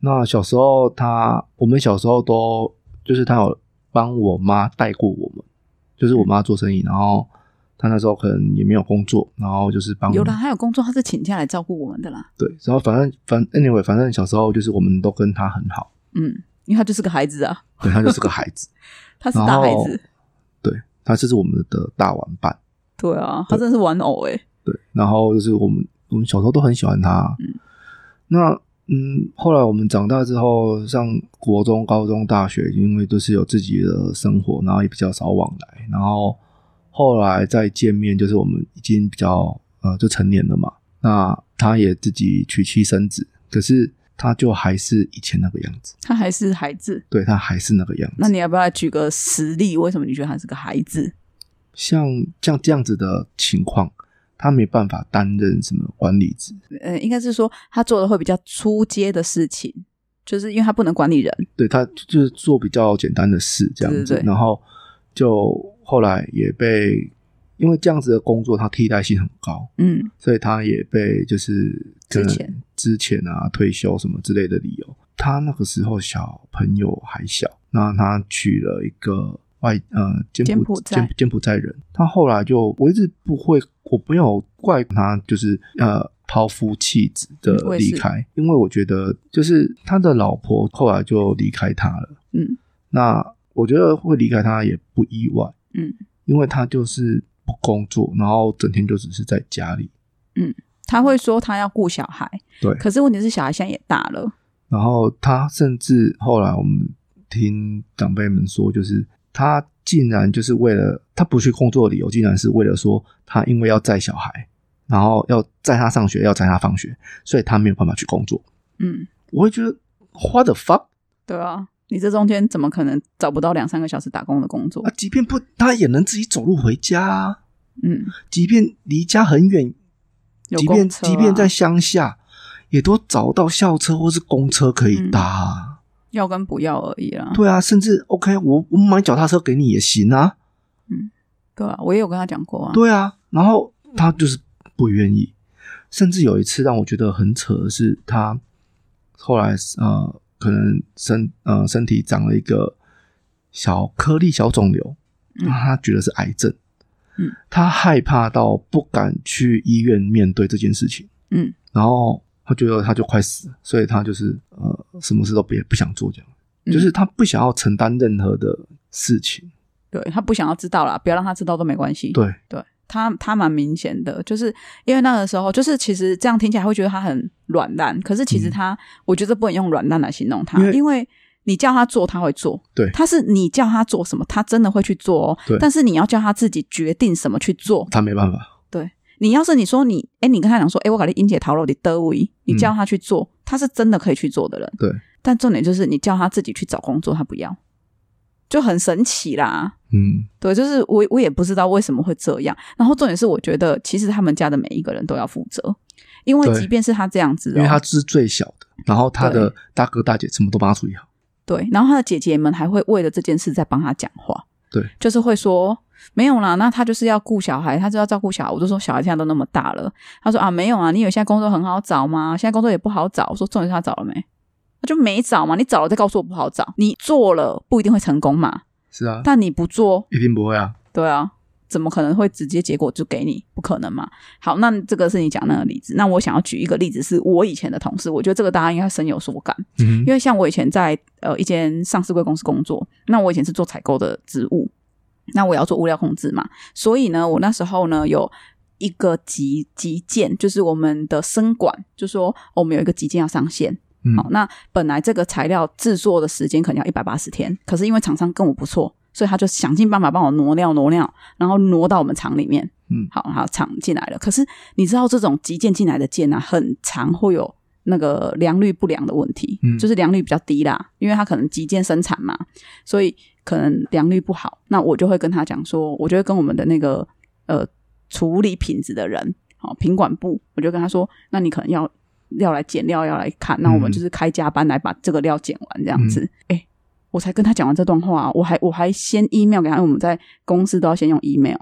[SPEAKER 1] 那小时候他，我们小时候都就是他有帮我妈带过我们，就是我妈做生意，然后他那时候可能也没有工作，然后就是帮
[SPEAKER 2] 有
[SPEAKER 1] 我
[SPEAKER 2] 啦，
[SPEAKER 1] 们
[SPEAKER 2] 他有工作，他是请假来照顾我们的啦。
[SPEAKER 1] 对，然后反正反 anyway，反正小时候就是我们都跟他很好，
[SPEAKER 2] 嗯，因为他就是个孩子啊，
[SPEAKER 1] 对他就是个孩子，
[SPEAKER 2] 他是
[SPEAKER 1] 然
[SPEAKER 2] 大孩
[SPEAKER 1] 后
[SPEAKER 2] 子，
[SPEAKER 1] 对他就是我们的大玩伴。
[SPEAKER 2] 对啊，他真的是玩偶哎、
[SPEAKER 1] 对，然后就是我们我们小时候都很喜欢他。
[SPEAKER 2] 嗯
[SPEAKER 1] 那嗯，后来我们长大之后，上国中、高中、大学，因为都是有自己的生活，然后也比较少往来。然后后来再见面，就是我们已经比较呃就成年了嘛。那他也自己娶妻生子，可是他就还是以前那个样子，
[SPEAKER 2] 他还是孩子。
[SPEAKER 1] 对他还是那个样子。
[SPEAKER 2] 那你要不要来举个实例？为什么你觉得他是个孩子？
[SPEAKER 1] 像像这样子的情况，他没办法担任什么管理职，
[SPEAKER 2] 呃，应该是说他做的会比较出街的事情，就是因为他不能管理人。
[SPEAKER 1] 对他就是做比较简单的事这样子，
[SPEAKER 2] 对对对
[SPEAKER 1] 然后就后来也被因为这样子的工作，他替代性很高，
[SPEAKER 2] 嗯，
[SPEAKER 1] 所以他也被就是可能
[SPEAKER 2] 之前
[SPEAKER 1] 之前啊退休什么之类的理由。他那个时候小朋友还小，那他娶了一个外呃柬
[SPEAKER 2] 柬
[SPEAKER 1] 埔
[SPEAKER 2] 埔寨
[SPEAKER 1] 柬柬埔寨人，他后来就我一直不会，我没有怪他，就是呃抛夫弃子的
[SPEAKER 2] 嗯我也
[SPEAKER 1] 离
[SPEAKER 2] 是
[SPEAKER 1] 开，因为我觉得就是他的老婆后来就离开他了，
[SPEAKER 2] 嗯，
[SPEAKER 1] 那我觉得会离开他也不意外，
[SPEAKER 2] 嗯，
[SPEAKER 1] 因为他就是不工作，然后整天就只是在家里。
[SPEAKER 2] 他会说他要顾小孩，
[SPEAKER 1] 对
[SPEAKER 2] 可是问题是小孩现在也大了，
[SPEAKER 1] 然后他甚至后来我们听长辈们说，就是他竟然就是为了他不去工作的理由，竟然是为了说他因为要载小孩，然后要载他上学，要载他放学，所以他没有办法去工作。
[SPEAKER 2] 嗯，
[SPEAKER 1] 我会觉得 what the fuck
[SPEAKER 2] 对啊，你这中间怎么可能找不到两三个小时打工的工作
[SPEAKER 1] 啊？？即便不，他也能自己走路回家啊。
[SPEAKER 2] 嗯，
[SPEAKER 1] 即便离家很远，
[SPEAKER 2] 有
[SPEAKER 1] 即便
[SPEAKER 2] 公车啊
[SPEAKER 1] 即便在乡下，也都找到校车或是公车可以搭、
[SPEAKER 2] 嗯
[SPEAKER 1] 啊。
[SPEAKER 2] 要跟不要而已啦。
[SPEAKER 1] 对啊，甚至 OK，我我买脚踏车给你也行啊。
[SPEAKER 2] 对啊，我也有跟他讲过啊。
[SPEAKER 1] 对啊，然后他就是不愿意，甚至有一次让我觉得很扯的是，他后来呃，可能身呃身体长了一个小颗粒小肿瘤，
[SPEAKER 2] 嗯
[SPEAKER 1] 那他觉得是癌症，
[SPEAKER 2] 嗯，
[SPEAKER 1] 他害怕到不敢去医院面对这件事情，
[SPEAKER 2] 嗯，
[SPEAKER 1] 然后他觉得他就快死了，所以他就是呃，什么事都别不想做，这样，
[SPEAKER 2] 嗯
[SPEAKER 1] 就是他不想要承担任何的事情，
[SPEAKER 2] 对他不想要知道啦，不要让他知道都没关系。
[SPEAKER 1] 对，
[SPEAKER 2] 他他蛮明显的，就是因为那个时候，就是其实这样听起来会觉得他很软烂，可是其实他，我觉得不能用软烂来形容他，
[SPEAKER 1] 嗯因为
[SPEAKER 2] 因为你叫他做，他会做，
[SPEAKER 1] 对
[SPEAKER 2] 他是你叫他做什么，他真的会去做哦
[SPEAKER 1] 对，
[SPEAKER 2] 但是你要叫他自己决定什么去做。
[SPEAKER 1] 他没办法，
[SPEAKER 2] 你要是你说你，哎，你跟他讲说，哎，我搞定英姐逃了，你得位，你
[SPEAKER 1] 嗯
[SPEAKER 2] 叫他去做，他是真的可以去做的人，
[SPEAKER 1] 对。
[SPEAKER 2] 但重点就是你叫他自己去找工作，他不要，就很神奇啦。
[SPEAKER 1] 嗯，
[SPEAKER 2] 对，就是我我也不知道为什么会这样。然后重点是，我觉得其实他们家的每一个人都要负责，因为
[SPEAKER 1] 对
[SPEAKER 2] 即便是他这样子、哦，
[SPEAKER 1] 因为他是最小的，然后他的大哥大姐什么都帮他处理好，
[SPEAKER 2] 对，然后他的姐姐们还会为了这件事在帮他讲话，
[SPEAKER 1] 对，
[SPEAKER 2] 就是会说没有啦，那他就是要顾小孩，他就要照顾小孩。我就说小孩现在都那么大了，他说啊没有啊，你以为现在工作很好找吗？现在工作也不好找。我说重点是他找了没？他就没找嘛，你找了再告诉我不好找，你做了不一定会成功嘛，
[SPEAKER 1] 是啊，
[SPEAKER 2] 但你不做
[SPEAKER 1] 一定不会啊，
[SPEAKER 2] 对啊，怎么可能会直接结果就给你？不可能嘛。好，那这个是你讲那个例子。那我想要举一个例子，是我以前的同事，我觉得这个大家应该深有所感，
[SPEAKER 1] 嗯
[SPEAKER 2] 因为像我以前在呃一间上市贵公司工作，那我以前是做采购的职务，那我也要做物料控制嘛，所以呢，我那时候呢有。一个急急件，就是我们的生管，就说、哦我们有一个急件要上线，
[SPEAKER 1] 嗯
[SPEAKER 2] 好，那本来这个材料制作的时间可能要一百八十天，可是因为厂商跟我不错，所以他就想尽办法帮我挪料挪料，然后挪到我们厂里面。
[SPEAKER 1] 嗯
[SPEAKER 2] 好，好，厂进来了。可是你知道这种急件进来的件啊，很常会有那个良率不良的问题，
[SPEAKER 1] 嗯
[SPEAKER 2] 就是良率比较低啦，因为他可能急件生产嘛，所以可能良率不好。那我就会跟他讲说，我就会跟我们的那个呃处理品质的人，好、品管部，我就跟他说，那你可能要要来减料，要来看，那我们
[SPEAKER 1] 嗯
[SPEAKER 2] 就是开加班来把这个料减完这样子。哎、我才跟他讲完这段话，啊我还我还先 email 给他，因为我们在公司都要先用 email。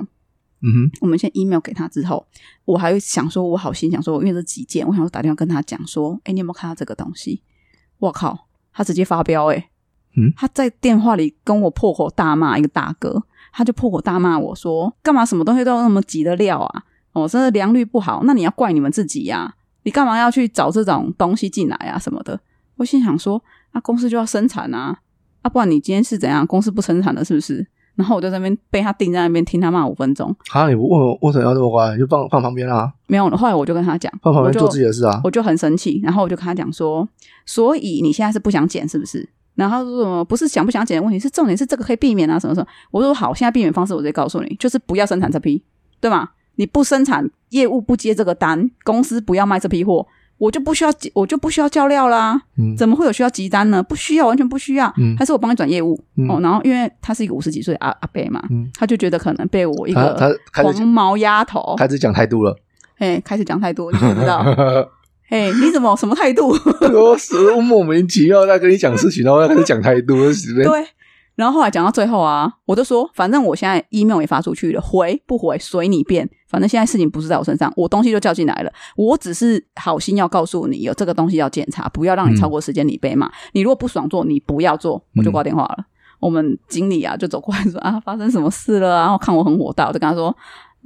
[SPEAKER 1] 嗯
[SPEAKER 2] 我们先 email 给他之后，我还想说，我好心想说，因为这几件，我想说打电话跟他讲说，哎、你有没有看到这个东西？我靠，他直接发飙哎、
[SPEAKER 1] 嗯
[SPEAKER 2] 他在电话里跟我破口大骂一个大哥，他就破口大骂我说，干嘛什么东西都要那么急的料啊？哦，真的良率不好，那你要怪你们自己呀、你干嘛要去找这种东西进来啊什么的？我心想说，啊，公司就要生产啊，啊，不然你今天是怎样？公司不生产了是不是？然后我就在那边被他定在那边听他骂五分钟。
[SPEAKER 1] 哈，你问我为什么要这么乖，你就放放旁边啊，
[SPEAKER 2] 没有，后来我就跟他讲，
[SPEAKER 1] 放旁
[SPEAKER 2] 我
[SPEAKER 1] 边
[SPEAKER 2] 就
[SPEAKER 1] 做自己的事啊。
[SPEAKER 2] 我就很生气，然后我就跟他讲说，所以你现在是不想减是不是？然后他说什么不是想不想减的问题，是重点是这个可以避免啊，什么什么。我说好，现在避免方式我直接告诉你，就是不要生产这批，对吗？你不生产，业务不接这个单，公司不要卖这批货，我就不需要，我就不需要叫料啦。
[SPEAKER 1] 嗯
[SPEAKER 2] 怎么会有需要急单呢？不需要，完全不需要。
[SPEAKER 1] 嗯
[SPEAKER 2] 还是我帮你转业务、
[SPEAKER 1] 嗯
[SPEAKER 2] 哦。然后因为他是一个五十几岁的阿阿伯嘛，
[SPEAKER 1] 嗯
[SPEAKER 2] 他就觉得可能被我一
[SPEAKER 1] 他他
[SPEAKER 2] 个
[SPEAKER 1] 开始
[SPEAKER 2] 黄毛丫头，
[SPEAKER 1] 开始讲态度了，
[SPEAKER 2] 哎，开始讲太多，你就知道。哎、你怎么什么态 度？
[SPEAKER 1] 我死我莫名其妙在跟你讲事情，然后他开始讲态度，对，
[SPEAKER 2] 对。啊然后后来讲到最后啊，我就说，反正我现在 email 也发出去了，回不回随你便，反正现在事情不是在我身上，我东西就叫进来了，我只是好心要告诉你有这个东西要检查，不要让你超过时间里被
[SPEAKER 1] 嗯
[SPEAKER 2] 骂。你如果不爽做，你不要做，我就挂电话了。我们经理啊就走过来说啊，发生什么事了啊？然后看我很火大，我就跟他说。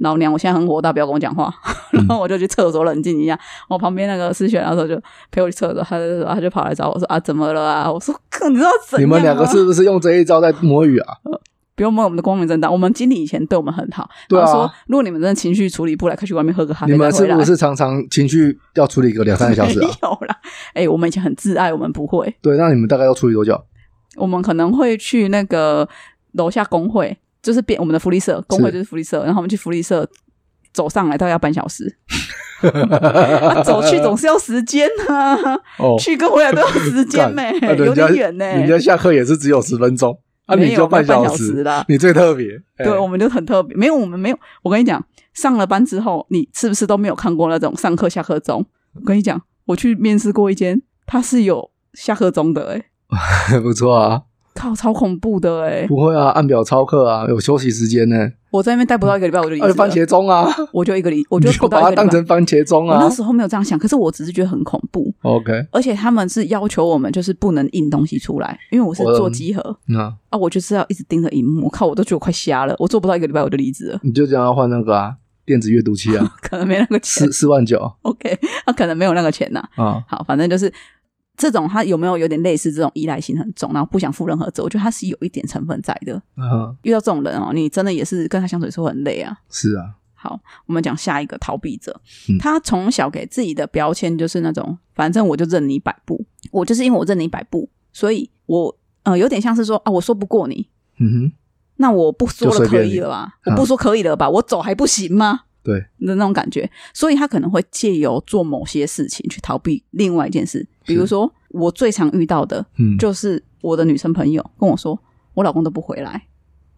[SPEAKER 2] 老娘，我现在很火大，不要跟我讲话。
[SPEAKER 1] 嗯
[SPEAKER 2] 然后我就去厕所冷静一下。我旁边那个思璇，然后就陪我去厕所，他就他就跑来找我说啊，怎么了啊？我说，哥，你知道怎样、啊？
[SPEAKER 1] 你们两个是不是用这一招在摸鱼啊？
[SPEAKER 2] 不用摸我们的光明正大。我们经理以前对我们很好，
[SPEAKER 1] 对啊
[SPEAKER 2] 他说如果你们真的情绪处理不来，可以去外面喝个咖啡
[SPEAKER 1] 你们
[SPEAKER 2] 再
[SPEAKER 1] 是
[SPEAKER 2] 回来。
[SPEAKER 1] 不 是常常情绪要处理个两三个小时
[SPEAKER 2] 没
[SPEAKER 1] 啊？
[SPEAKER 2] 有啦，哎、我们以前很自爱，我们不会，
[SPEAKER 1] 对，那你们大概要处理多久？
[SPEAKER 2] 我们可能会去那个楼下工会，就是变我们的福利社，工会就是福利社，然后我们去福利社走上来大概要半小时，啊、走去总是要时间啊，
[SPEAKER 1] 哦，
[SPEAKER 2] 去跟回来都要时间
[SPEAKER 1] 干
[SPEAKER 2] 呢、
[SPEAKER 1] 啊人
[SPEAKER 2] 哎有
[SPEAKER 1] 家
[SPEAKER 2] 点远呢、
[SPEAKER 1] 人家下课也是只有十分钟，啊，
[SPEAKER 2] 没有
[SPEAKER 1] 你就
[SPEAKER 2] 半
[SPEAKER 1] 小
[SPEAKER 2] 时
[SPEAKER 1] 时，
[SPEAKER 2] 啦。
[SPEAKER 1] 你最特别。哎
[SPEAKER 2] 对，我们就很特别。没有，我们没有。我跟你讲，上了班之后，你是不是都没有看过那种上课下课钟？
[SPEAKER 1] 嗯
[SPEAKER 2] 我跟你讲，我去面试过一间，它是有下课钟的、欸，
[SPEAKER 1] 哎 不错啊，
[SPEAKER 2] 靠，超恐怖的哎、
[SPEAKER 1] 不会啊，按表操课啊，有休息时间呢、
[SPEAKER 2] 我在那边待不到一个礼拜，我就离职
[SPEAKER 1] 而且
[SPEAKER 2] 了。
[SPEAKER 1] 番茄钟啊，
[SPEAKER 2] 我就一个礼，我
[SPEAKER 1] 你
[SPEAKER 2] 就
[SPEAKER 1] 就
[SPEAKER 2] 不到
[SPEAKER 1] 把
[SPEAKER 2] 一个
[SPEAKER 1] 它当
[SPEAKER 2] 礼拜
[SPEAKER 1] 成番茄钟
[SPEAKER 2] 我
[SPEAKER 1] 啊
[SPEAKER 2] 那。时候没有这样想，可是我只是觉得很恐怖，
[SPEAKER 1] OK，
[SPEAKER 2] 而且他们是要求我们就是不能印东西出来，因为我是
[SPEAKER 1] 我
[SPEAKER 2] 做集合
[SPEAKER 1] 那
[SPEAKER 2] 啊，我就是要一直盯着荧幕，我靠，我都觉得我快瞎了，我做不到一个礼拜我就离职了，，
[SPEAKER 1] 你就这样要换那个啊，电子阅读器啊
[SPEAKER 2] 可能没那个钱
[SPEAKER 1] 四四万九
[SPEAKER 2] ，OK，他、可能没有那个钱呐、
[SPEAKER 1] 啊，
[SPEAKER 2] 好，反正就是这种，他有没有有点类似这种依赖性很重，然后不想负任何责？我觉得他是有一点成分在的。
[SPEAKER 1] 啊，
[SPEAKER 2] 遇到这种人哦，你真的也是跟他相处的时候很累啊。
[SPEAKER 1] 是啊，
[SPEAKER 2] 好，我们讲下一个逃避者，
[SPEAKER 1] 嗯
[SPEAKER 2] 他从小给自己的标签就是那种，反正我就任你摆布，我就是因为我任你摆布，所以我呃有点像是说啊，我说不过你，
[SPEAKER 1] 嗯哼，
[SPEAKER 2] 那我不
[SPEAKER 1] 就
[SPEAKER 2] 说了
[SPEAKER 1] 随
[SPEAKER 2] 可
[SPEAKER 1] 便
[SPEAKER 2] 以
[SPEAKER 1] 你
[SPEAKER 2] 了吧？
[SPEAKER 1] 嗯
[SPEAKER 2] 我不说可以了吧？我走还不行吗？
[SPEAKER 1] 对
[SPEAKER 2] 的那种感觉，所以他可能会借由做某些事情去逃避另外一件事，比如
[SPEAKER 1] 是
[SPEAKER 2] 说我最常遇到的
[SPEAKER 1] 嗯，
[SPEAKER 2] 就是我的女生朋友跟我说，我老公都不回来，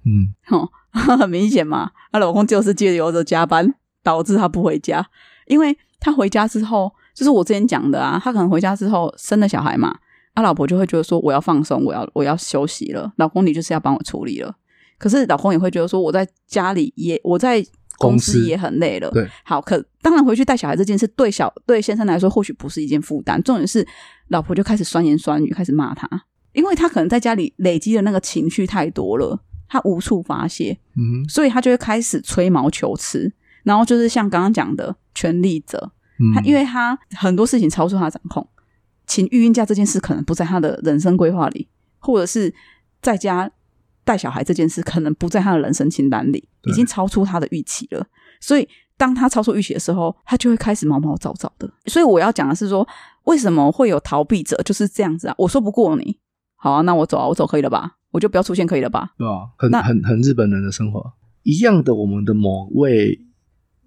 [SPEAKER 1] 嗯，
[SPEAKER 2] 哦，很明显嘛，她老公就是借由着加班导致她不回家，因为她回家之后，就是我之前讲的啊，她可能回家之后生了小孩嘛，她老婆就会觉得说我要放松，我要我要休息了，老公你就是要帮我处理了。可是老公也会觉得说我在家里也我在公
[SPEAKER 1] 公
[SPEAKER 2] 司
[SPEAKER 1] 司
[SPEAKER 2] 也很累了，
[SPEAKER 1] 对，
[SPEAKER 2] 好，可当然回去带小孩这件事对小对先生来说或许不是一件负担，重点是老婆就开始酸言酸语，开始骂他，因为他可能在家里累积的那个情绪太多了，他无处发泄，
[SPEAKER 1] 嗯
[SPEAKER 2] 所以他就会开始吹毛求疵，然后就是像刚刚讲的权力者，
[SPEAKER 1] 哼，
[SPEAKER 2] 他因
[SPEAKER 1] 为
[SPEAKER 2] 为他很多事情超出他的掌控，请育婴假这件事可能不在他的人生规划里，或者是在家带小孩这件事可能不在他的人生清单里，
[SPEAKER 1] 对
[SPEAKER 2] 已经超出他的预期了。所以当他超出预期的时候，他就会开始毛毛躁躁的。所以我要讲的是说，为什么会有逃避者就是这样子啊？我说不过你，好啊，那我走啊，我走可以了吧？我就不要出现可以了吧？
[SPEAKER 1] 对吧？很
[SPEAKER 2] 那
[SPEAKER 1] 很很日本人的生活一样的，我们的某位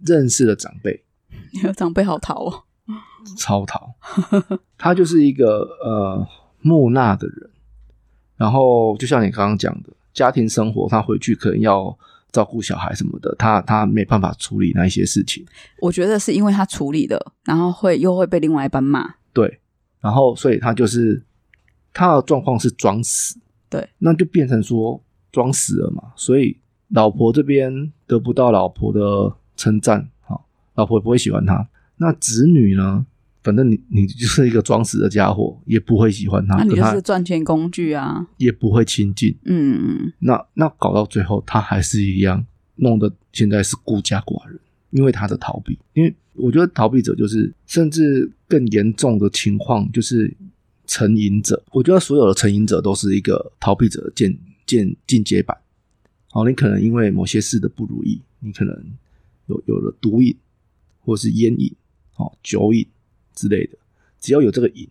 [SPEAKER 1] 认识的长辈
[SPEAKER 2] 长辈好逃哦，
[SPEAKER 1] 超淘，他就是一个呃木讷的人，然后就像你刚刚讲的，家庭生活他回去可能要照顾小孩什么的，他他没办法处理那一些事情，
[SPEAKER 2] 我觉得是因为他处理的，然后会又会被另外一半骂，
[SPEAKER 1] 对，然后所以他就是他的状况是装死，
[SPEAKER 2] 对，
[SPEAKER 1] 那就变成说装死了嘛，所以老婆这边得不到老婆的称赞，好，老婆也不会喜欢他，那子女呢？反正你你就是一个装死的家伙，也不会喜欢他，
[SPEAKER 2] 那你
[SPEAKER 1] 跟
[SPEAKER 2] 就
[SPEAKER 1] 他
[SPEAKER 2] 是赚钱工具啊，
[SPEAKER 1] 也不会亲近。
[SPEAKER 2] 嗯，
[SPEAKER 1] 那那搞到最后，他还是一样弄得现在是孤家寡人，因为他的逃避。因为我觉得逃避者就是，甚至更严重的情况就是成瘾者。我觉得所有的成瘾者都是一个逃避者的间间进阶版。好，你可能因为某些事的不如意，你可能有有了毒瘾，或是烟瘾、哦酒瘾之类的，只要有这个瘾，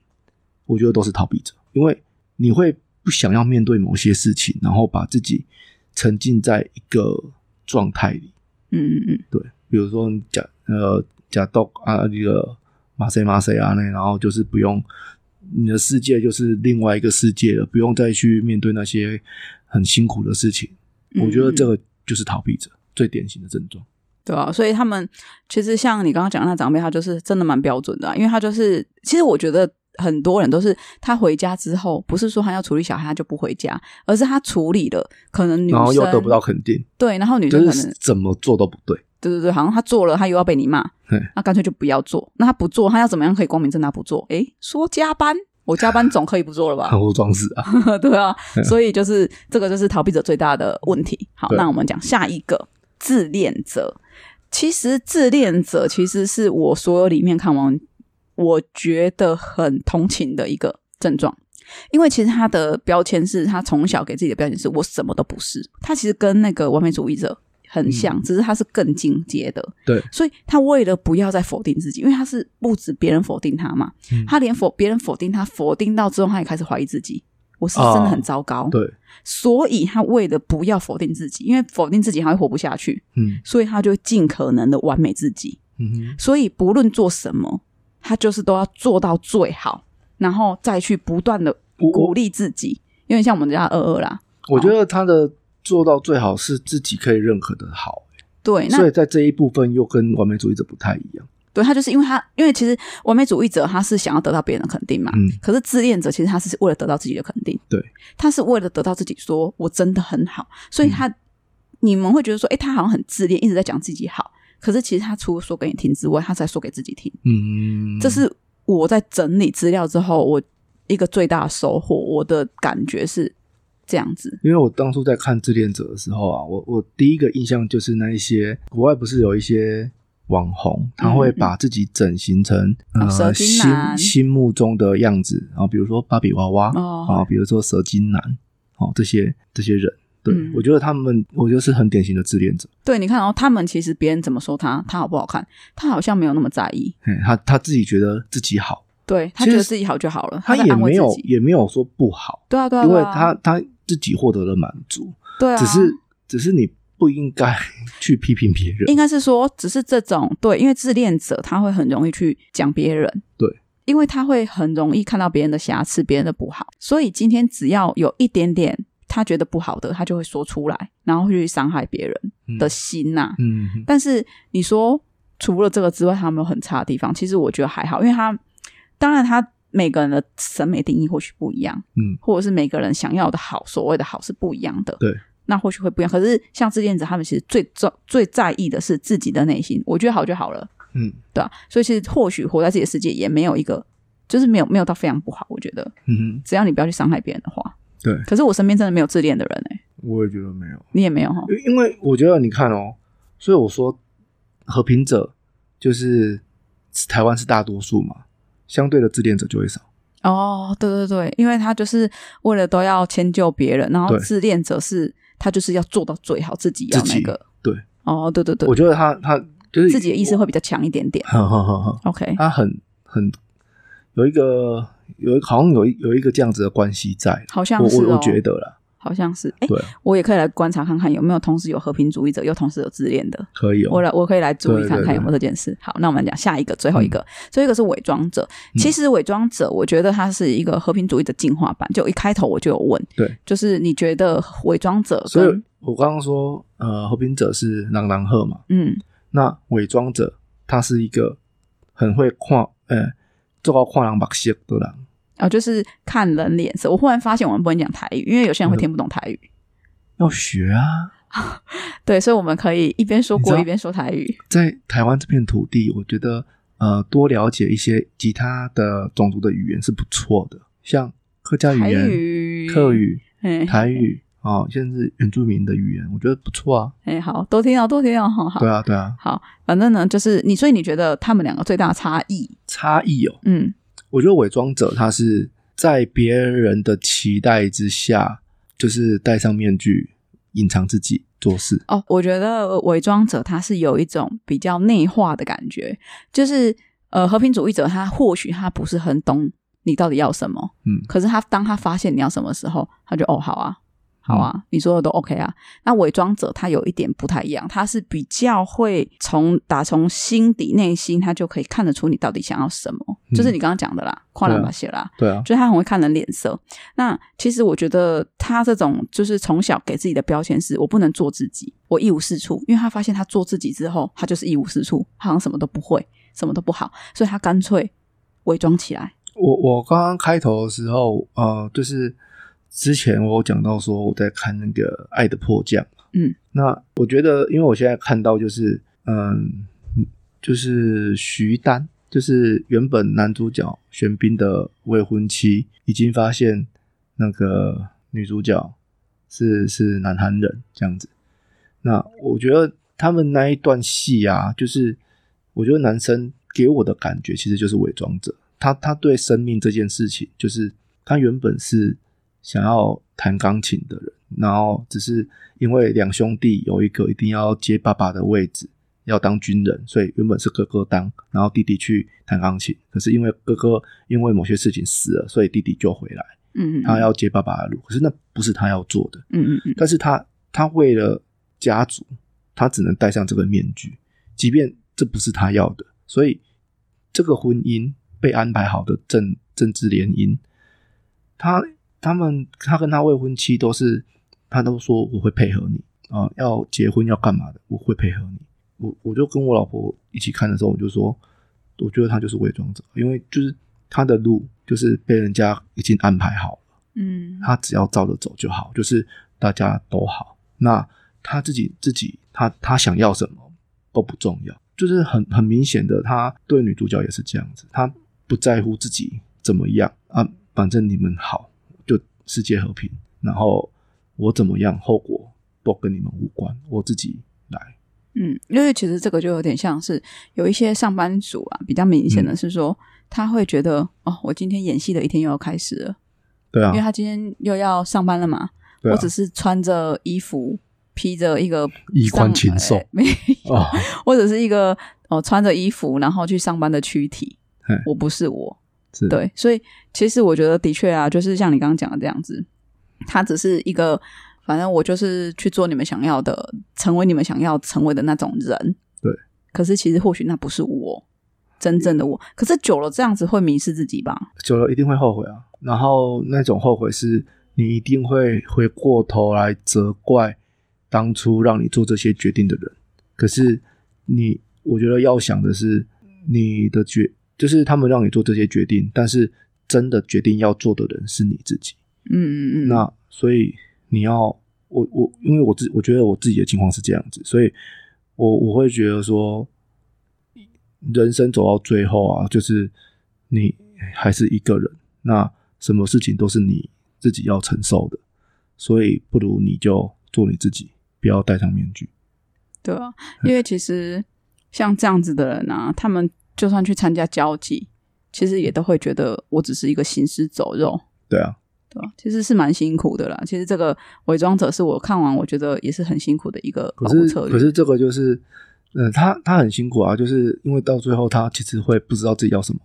[SPEAKER 1] 我觉得都是逃避者，因为你会不想要面对某些事情，然后把自己沉浸在一个状态里。
[SPEAKER 2] 嗯嗯嗯，
[SPEAKER 1] 对，比如说你假呃假到啊那个马赛马赛啊那，然后就是不用你的世界就是另外一个世界了，不用再去面对那些很辛苦的事情。
[SPEAKER 2] 嗯
[SPEAKER 1] 我觉得这
[SPEAKER 2] 嗯
[SPEAKER 1] 个就是逃避者最典型的症状。
[SPEAKER 2] 对啊，所以他们其实像你刚刚讲的那长辈，他就是真的蛮标准的啊、因为他就是其实我觉得很多人都是他回家之后，不是说他要处理小孩他就不回家，而是他处理了，可能女生
[SPEAKER 1] 然后又得不到肯定，
[SPEAKER 2] 对，然后女生
[SPEAKER 1] 就
[SPEAKER 2] 可能
[SPEAKER 1] 是怎么做都不对。
[SPEAKER 2] 对对对，好像他做了，他又要被你骂
[SPEAKER 1] 对，
[SPEAKER 2] 那干脆就不要做。那他不做，他要怎么样可以光明正大不做？诶，说加班，我加班总可以不做了吧
[SPEAKER 1] 很？多装死啊，
[SPEAKER 2] 对啊，所以就是这个就是逃避者最大的问题。好，
[SPEAKER 1] 对
[SPEAKER 2] 那我们讲下一个自恋者。其实自恋者其实是我所有里面看完，我觉得很同情的一个症状。因为其实他的标签是他从小给自己的标签是我什么都不是，他其实跟那个完美主义者很像，只是他是更进阶的。
[SPEAKER 1] 嗯对，
[SPEAKER 2] 所以他为了不要再否定自己，因为他是不止别人否定他嘛，
[SPEAKER 1] 嗯
[SPEAKER 2] 他连否别人否定他，否定到之后，他也开始怀疑自己，我是
[SPEAKER 1] 哦
[SPEAKER 2] 真的很糟糕。
[SPEAKER 1] 对，
[SPEAKER 2] 所以他为了不要否定自己，因为否定自己他会活不下去，
[SPEAKER 1] 嗯
[SPEAKER 2] 所以他就尽可能的完美自己。
[SPEAKER 1] 嗯哼，
[SPEAKER 2] 所以不论做什么，他就是都要做到最好，然后再去不断的
[SPEAKER 1] 我我
[SPEAKER 2] 鼓励自己，有点像我们家二二啦。
[SPEAKER 1] 我觉得他的做到最好是自己可以认可的好，
[SPEAKER 2] 对，那
[SPEAKER 1] 所以在这一部分又跟完美主义者不太一样。
[SPEAKER 2] 对他就是因为他，因为其实完美主义者他是想要得到别人的肯定嘛，
[SPEAKER 1] 嗯
[SPEAKER 2] 可是自恋者其实他是为了得到自己的肯定，
[SPEAKER 1] 对，
[SPEAKER 2] 他是为了得到自己说我真的很好，
[SPEAKER 1] 嗯
[SPEAKER 2] 所以他、你们会觉得说，哎、他好像很自恋，一直在讲自己好，可是其实他除了说给你听之外，他才说给自己听。
[SPEAKER 1] 嗯，
[SPEAKER 2] 这是我在整理资料之后，我一个最大的收获，我的感觉是这样子，
[SPEAKER 1] 因为我当初在看《自恋者》的时候啊，我我第一个印象就是那一些国外不是有一些网红，他会把自己整形成、
[SPEAKER 2] 嗯哦蛇
[SPEAKER 1] 呃
[SPEAKER 2] 精
[SPEAKER 1] 心
[SPEAKER 2] 男
[SPEAKER 1] 心目中的样子，然后比如说芭比娃娃啊、
[SPEAKER 2] 哦
[SPEAKER 1] 比如说蛇精男，哦这些这些人，对、
[SPEAKER 2] 嗯
[SPEAKER 1] 我觉得他们，我觉得是很典型的自恋者，
[SPEAKER 2] 对，你看哦，他们其实别人怎么说他，他好不好看，他好像没有那么在意，
[SPEAKER 1] 嘿他他自己觉得自己好，
[SPEAKER 2] 对他
[SPEAKER 1] 其实
[SPEAKER 2] 觉得自己好就好了，
[SPEAKER 1] 他
[SPEAKER 2] 在
[SPEAKER 1] 也
[SPEAKER 2] 安慰
[SPEAKER 1] 没
[SPEAKER 2] 自
[SPEAKER 1] 有
[SPEAKER 2] 己，
[SPEAKER 1] 也没有说不好，
[SPEAKER 2] 对啊对啊，
[SPEAKER 1] 因
[SPEAKER 2] 对
[SPEAKER 1] 为
[SPEAKER 2] 啊
[SPEAKER 1] 他他自己获得了满足，
[SPEAKER 2] 对啊，
[SPEAKER 1] 只是只是你不应该去批评别人
[SPEAKER 2] 应，该是说，只是这种对，因为自恋者他会很容易去讲别人，
[SPEAKER 1] 对，
[SPEAKER 2] 因为他会很容易看到别人的瑕疵、别人的不好，所以今天只要有一点点他觉得不好的，他就会说出来，然后会去伤害别人
[SPEAKER 1] 嗯
[SPEAKER 2] 的心呐、
[SPEAKER 1] 嗯哼。
[SPEAKER 2] 但是你说除了这个之外，他有没有很差的地方？其实我觉得还好，因为他当然他每个人的审美定义或许不一样，
[SPEAKER 1] 嗯，
[SPEAKER 2] 或者是每个人想要的好，所谓的好是不一样的，
[SPEAKER 1] 对。
[SPEAKER 2] 那或许会不一样，可是像自恋者，他们其实最重最在意的是自己的内心，我觉得好就好了，
[SPEAKER 1] 嗯，
[SPEAKER 2] 对吧、所以其实或许活在自己的世界也没有一个，就是没有没有到非常不好，我觉得
[SPEAKER 1] 嗯哼，
[SPEAKER 2] 只要你不要去伤害别人的话，
[SPEAKER 1] 对
[SPEAKER 2] 可是我身边真的没有自恋的人哎、
[SPEAKER 1] 我也觉得没有，
[SPEAKER 2] 你也没有哦哈，
[SPEAKER 1] 因因为我觉得你看哦，所以我说和平者就是台湾是大多数嘛，相对的自恋者就会少。
[SPEAKER 2] 哦，对对对，因为他就是为了都要迁就别人，然后
[SPEAKER 1] 对
[SPEAKER 2] 自恋者是他就是要做到最好，自己要
[SPEAKER 1] 自己
[SPEAKER 2] 那个，
[SPEAKER 1] 对，
[SPEAKER 2] 哦，对对对
[SPEAKER 1] 我，觉得他他就是
[SPEAKER 2] 自己的意识，会比较强一点点。
[SPEAKER 1] 呵呵呵呵，
[SPEAKER 2] OK，
[SPEAKER 1] 他很很有一个有一好像有一有一个这样子的关系在，
[SPEAKER 2] 好像
[SPEAKER 1] 我
[SPEAKER 2] 是
[SPEAKER 1] 我
[SPEAKER 2] 哦
[SPEAKER 1] 我，觉得啦，
[SPEAKER 2] 好像是，哎，
[SPEAKER 1] 对，
[SPEAKER 2] 我也可以来观察看看有没有同时有和平主义者，有同时有自恋的。
[SPEAKER 1] 可以
[SPEAKER 2] 我
[SPEAKER 1] 哦，
[SPEAKER 2] 来，我可以来注意
[SPEAKER 1] 对
[SPEAKER 2] 看
[SPEAKER 1] 对
[SPEAKER 2] 看
[SPEAKER 1] 对嗯
[SPEAKER 2] 有没有这件事。好，那我们讲下一个，最后一个，最后一个是伪装者。其实伪装者，我觉得它是一个和平主义的进化版。就一开头我就有问，
[SPEAKER 1] 对，
[SPEAKER 2] 就是你觉得伪装者
[SPEAKER 1] 所以
[SPEAKER 2] 跟
[SPEAKER 1] 我刚刚说呃，和平者是朗朗赫嘛，
[SPEAKER 2] 嗯
[SPEAKER 1] 那伪装者他是一个很会看，呃，做到看人目色的人。
[SPEAKER 2] 哦，就是看人脸色。我忽然发现我们不能讲台语，因为有些人会听不懂台语。
[SPEAKER 1] 要学啊！
[SPEAKER 2] 对，所以我们可以一边说
[SPEAKER 1] 你知
[SPEAKER 2] 国
[SPEAKER 1] 道
[SPEAKER 2] 语一边说台语。
[SPEAKER 1] 在台湾这片土地，我觉得呃，多了解一些其他的种族的语言是不错的，像客家语
[SPEAKER 2] 台
[SPEAKER 1] 言、
[SPEAKER 2] 语、
[SPEAKER 1] 客语、
[SPEAKER 2] 哎
[SPEAKER 1] 台语啊、哦，甚至原住民的语言，我觉得不错啊。
[SPEAKER 2] 哎，好，多听哦，多听哦，好好
[SPEAKER 1] 对。啊，对啊，
[SPEAKER 2] 好，反正呢，就是你，所以你觉得他们两个最大的差异，
[SPEAKER 1] 差异哦，
[SPEAKER 2] 嗯，
[SPEAKER 1] 我觉得伪装者他是在别人的期待之下，就是戴上面具，隐藏自己做事。
[SPEAKER 2] 哦，我觉得伪装者他是有一种比较内化的感觉，就是呃，和平主义者他或许他不是很懂你到底要什么，
[SPEAKER 1] 嗯
[SPEAKER 2] 可是他当他发现你要什么时候，他就哦，好啊，好啊，你说的都 OK 啊。那伪装者他有一点不太一样，他是比较会从打从心底内心，他就可以看得出你到底想要什么，
[SPEAKER 1] 嗯
[SPEAKER 2] 就是你刚刚讲的啦，跨栏
[SPEAKER 1] 对啊
[SPEAKER 2] 把写啦，
[SPEAKER 1] 对啊，
[SPEAKER 2] 就是他很会看人脸色。那其实我觉得他这种就是从小给自己的标签是我不能做自己，我一无是处。因为他发现他做自己之后，他就是一无是处，好像什么都不会，什么都不好，所以他干脆伪装起来。
[SPEAKER 1] 我我刚刚开头的时候，呃，就是之前我有讲到说我在看那个《爱的迫降》，
[SPEAKER 2] 嗯，
[SPEAKER 1] 那我觉得，因为我现在看到就是，嗯，就是徐丹，就是原本男主角玄彬的未婚妻，已经发现那个女主角是是南韩人这样子。那我觉得他们那一段戏啊，就是我觉得男生给我的感觉其实就是伪装者，他他对生命这件事情，就是他原本是想要弹钢琴的人，然后只是因为两兄弟有一个一定要接爸爸的位置，要当军人，所以原本是哥哥当，然后弟弟去弹钢琴，可是因为哥哥因为某些事情死了，所以弟弟就回来，
[SPEAKER 2] 嗯，
[SPEAKER 1] 他要接爸爸的路，可是那不是他要做的，
[SPEAKER 2] 嗯嗯嗯，
[SPEAKER 1] 但是他他为了家族，他只能戴上这个面具，即便这不是他要的，所以这个婚姻被安排好的政政治联姻，他他们他跟他未婚妻都是，他都说我会配合你啊、要结婚要干嘛的，我会配合你。我我就跟我老婆一起看的时候，我就说，我觉得他就是伪装者，因为就是他的路就是被人家已经安排好了，
[SPEAKER 2] 嗯
[SPEAKER 1] 他只要照着走就好，就是大家都好。那他自己自己他他想要什么都不重要，就是很很明显的，他对女主角也是这样子，他不在乎自己怎么样啊，反正你们好就世界和平，然后我怎么样后果都跟你们无关，我自己来。
[SPEAKER 2] 嗯，因为其实这个就有点像是有一些上班族啊，比较明显
[SPEAKER 1] 嗯
[SPEAKER 2] 的是说，他会觉得哦，我今天演戏的一天又要开始了，
[SPEAKER 1] 对啊
[SPEAKER 2] 因为，他今天又要上班了嘛。
[SPEAKER 1] 对啊
[SPEAKER 2] 我只是穿着衣服，披着一个
[SPEAKER 1] 衣冠
[SPEAKER 2] 上
[SPEAKER 1] 禽兽
[SPEAKER 2] 呃没 有，
[SPEAKER 1] 哦，
[SPEAKER 2] 或者是一个哦、穿着衣服然后去上班的躯体
[SPEAKER 1] 嘿。
[SPEAKER 2] 我不是我，
[SPEAKER 1] 是，
[SPEAKER 2] 对，所以其实我觉得的确啊，就是像你刚刚讲的这样子，他只是一个，反正我就是去做你们想要的，成为你们想要成为的那种人。
[SPEAKER 1] 对，
[SPEAKER 2] 可是其实或许那不是我真正的我，可是久了这样子会迷失自己吧？
[SPEAKER 1] 久了一定会后悔啊。然后那种后悔是你一定会回过头来责怪当初让你做这些决定的人。可是你，我觉得要想的是你的决，就是他们让你做这些决定，但是真的决定要做的人是你自己。
[SPEAKER 2] 嗯嗯嗯，
[SPEAKER 1] 那所以你要我我，因为我自我觉得我自己的情况是这样子，所以我我会觉得说，人生走到最后啊，就是你还是一个人，那什么事情都是你自己要承受的，所以不如你就做你自己，不要戴上面具。
[SPEAKER 2] 对啊，
[SPEAKER 1] 嗯
[SPEAKER 2] 因为其实像这样子的人啊，他们就算去参加交际，其实也都会觉得我只是一个行尸走肉。
[SPEAKER 1] 对啊，
[SPEAKER 2] 对啊，其实是蛮辛苦的啦。其实这个伪装者是我看完，我觉得也是很辛苦的一个保
[SPEAKER 1] 可
[SPEAKER 2] 护
[SPEAKER 1] 是
[SPEAKER 2] 策略。
[SPEAKER 1] 可是这个就是，嗯、他他很辛苦啊，就是因为到最后他其实会不知道自己要什么，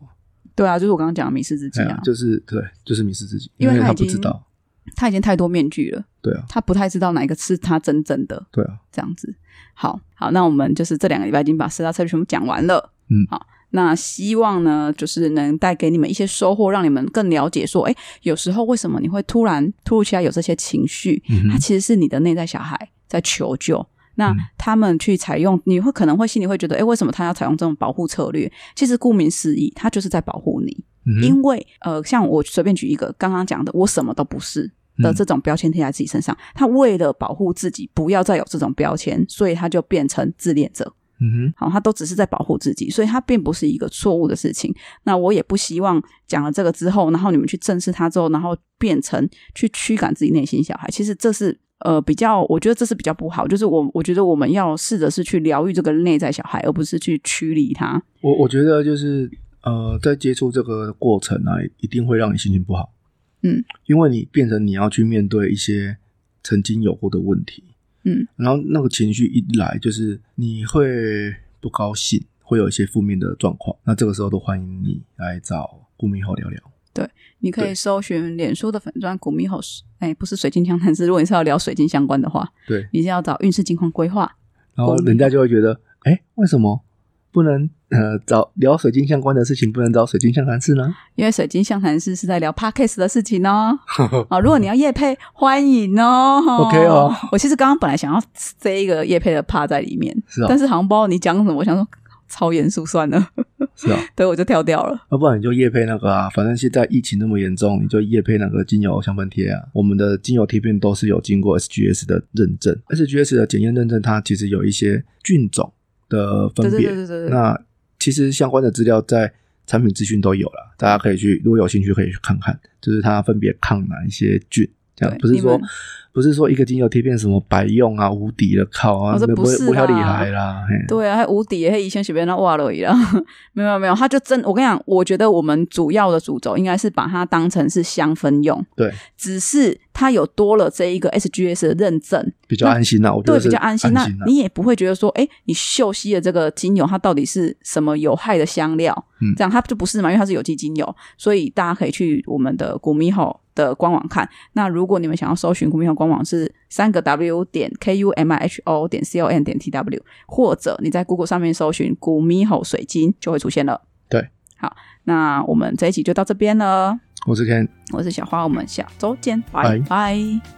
[SPEAKER 2] 对啊，就是我刚刚讲的迷失自己
[SPEAKER 1] 哎
[SPEAKER 2] 啊，
[SPEAKER 1] 呀，就是对，就是迷失自己，
[SPEAKER 2] 因为
[SPEAKER 1] 为
[SPEAKER 2] 他
[SPEAKER 1] 他
[SPEAKER 2] 已
[SPEAKER 1] 不知
[SPEAKER 2] 经
[SPEAKER 1] 道，
[SPEAKER 2] 他已经太多面具了，
[SPEAKER 1] 对啊，
[SPEAKER 2] 他不太知道哪一个是他真正的
[SPEAKER 1] 对啊。
[SPEAKER 2] 这样子。好好，那我们就是这两个礼拜已经把四大策略全部讲完了。
[SPEAKER 1] 嗯
[SPEAKER 2] 好，那希望呢，就是能带给你们一些收获，让你们更了解说，哎，有时候为什么你会突然突如其来有这些情绪？
[SPEAKER 1] 嗯哼
[SPEAKER 2] 它其实是你的内在小孩在求救。那
[SPEAKER 1] 嗯
[SPEAKER 2] 他们去采用，你会可能会心里会觉得，哎，为什么他要采用这种保护策略？其实顾名思义，他就是在保护你。
[SPEAKER 1] 嗯哼
[SPEAKER 2] 因为呃，像我随便举一个刚刚讲的，我什么都不是的
[SPEAKER 1] 嗯
[SPEAKER 2] 这种标签贴在自己身上，他为了保护自己不要再有这种标签，所以他就变成自恋者。
[SPEAKER 1] 嗯
[SPEAKER 2] 好，他都只是在保护自己，所以他并不是一个错误的事情。那我也不希望讲了这个之后，然后你们去正视他之后，然后变成去驱赶自己内心小孩。其实这是呃比较，我觉得这是比较不好。就是我我觉得我们要试着是去疗愈这个内在小孩，而不是去驱离他。
[SPEAKER 1] 哼，我我觉得就是呃，在接触这个过程啊，一定会让你心情不好。
[SPEAKER 2] 嗯，
[SPEAKER 1] 因为你变成你要去面对一些曾经有过的问题。
[SPEAKER 2] 嗯，
[SPEAKER 1] 然后那个情绪一来，就是你会不高兴，会有一些负面的状况。那这个时候都欢迎你来找顾明浩聊聊。
[SPEAKER 2] 你可以
[SPEAKER 1] 对
[SPEAKER 2] 搜寻脸书的粉砖“古密吼”，哎，不是水晶相谈是如果你是要聊水晶相关的话，
[SPEAKER 1] 对，
[SPEAKER 2] 你是要找运势金矿规划。
[SPEAKER 1] 然后人家就会觉得，哎，为什么不能呃找聊水晶相关的事情，不能找水晶相谈室 呢？
[SPEAKER 2] 因为水晶相谈室是在聊 podcast 的事情哦。哦，如果你要夜配，欢迎哦。
[SPEAKER 1] OK 哦。
[SPEAKER 2] 我其实刚刚本来想要塞一个夜配的 part 在里面，
[SPEAKER 1] 是啊
[SPEAKER 2] 但是好像不知道你讲什么，我想说超严肃算了，
[SPEAKER 1] 是啊，
[SPEAKER 2] 对，我就跳掉了。
[SPEAKER 1] 要不然你就夜配那个啊，反正现在疫情那么严重，你就夜配那个精油香氛贴啊。我们的精油贴片都是有经过 SGS 的认证，SGS 的检验认证，它其实有一些菌种的分
[SPEAKER 2] 对
[SPEAKER 1] 别。
[SPEAKER 2] 对对对对对，
[SPEAKER 1] 那其实相关的资料在产品资讯都有了，大家可以去，如果有兴趣可以去看看，就是它分别抗哪一些菌。这样
[SPEAKER 2] 对
[SPEAKER 1] 不是
[SPEAKER 2] 你
[SPEAKER 1] 说
[SPEAKER 2] 们
[SPEAKER 1] 不是说一个精油贴片什么白用啊、无敌的靠啊，
[SPEAKER 2] 哦这
[SPEAKER 1] 没
[SPEAKER 2] 不
[SPEAKER 1] 会
[SPEAKER 2] 是
[SPEAKER 1] 不太厉
[SPEAKER 2] 啦
[SPEAKER 1] 害啦。嘿
[SPEAKER 2] 对啊，还无敌，还以前随便那哇了一啦，没有没有没有，他就真，我跟你讲，我觉得我们主要的主轴应该是把它当成是香氛用，
[SPEAKER 1] 对，
[SPEAKER 2] 只是它有多了这一个 SGS 的认证，
[SPEAKER 1] 比较
[SPEAKER 2] 那
[SPEAKER 1] 安心啦，啊我觉
[SPEAKER 2] 对，
[SPEAKER 1] 得是
[SPEAKER 2] 比较安心。那
[SPEAKER 1] 啦
[SPEAKER 2] 你也不会觉得说，哎，你嗅吸的这个精油，它到底是什么有害的香料？
[SPEAKER 1] 嗯
[SPEAKER 2] 这样它就不是嘛，因为它是有机精油，所以大家可以去我们的古米吼的官网看。那如果你们想要搜寻古米吼官网是三个 W 点 K U M I H O 点 C O N 点 T W，或者你在 Google 上面搜寻古米吼水晶就会出现了。
[SPEAKER 1] 对，
[SPEAKER 2] 好，那我们这一集就到这边了。
[SPEAKER 1] 我是 Ken。
[SPEAKER 2] 我是小花，我们下周见，
[SPEAKER 1] 拜
[SPEAKER 2] 拜。拜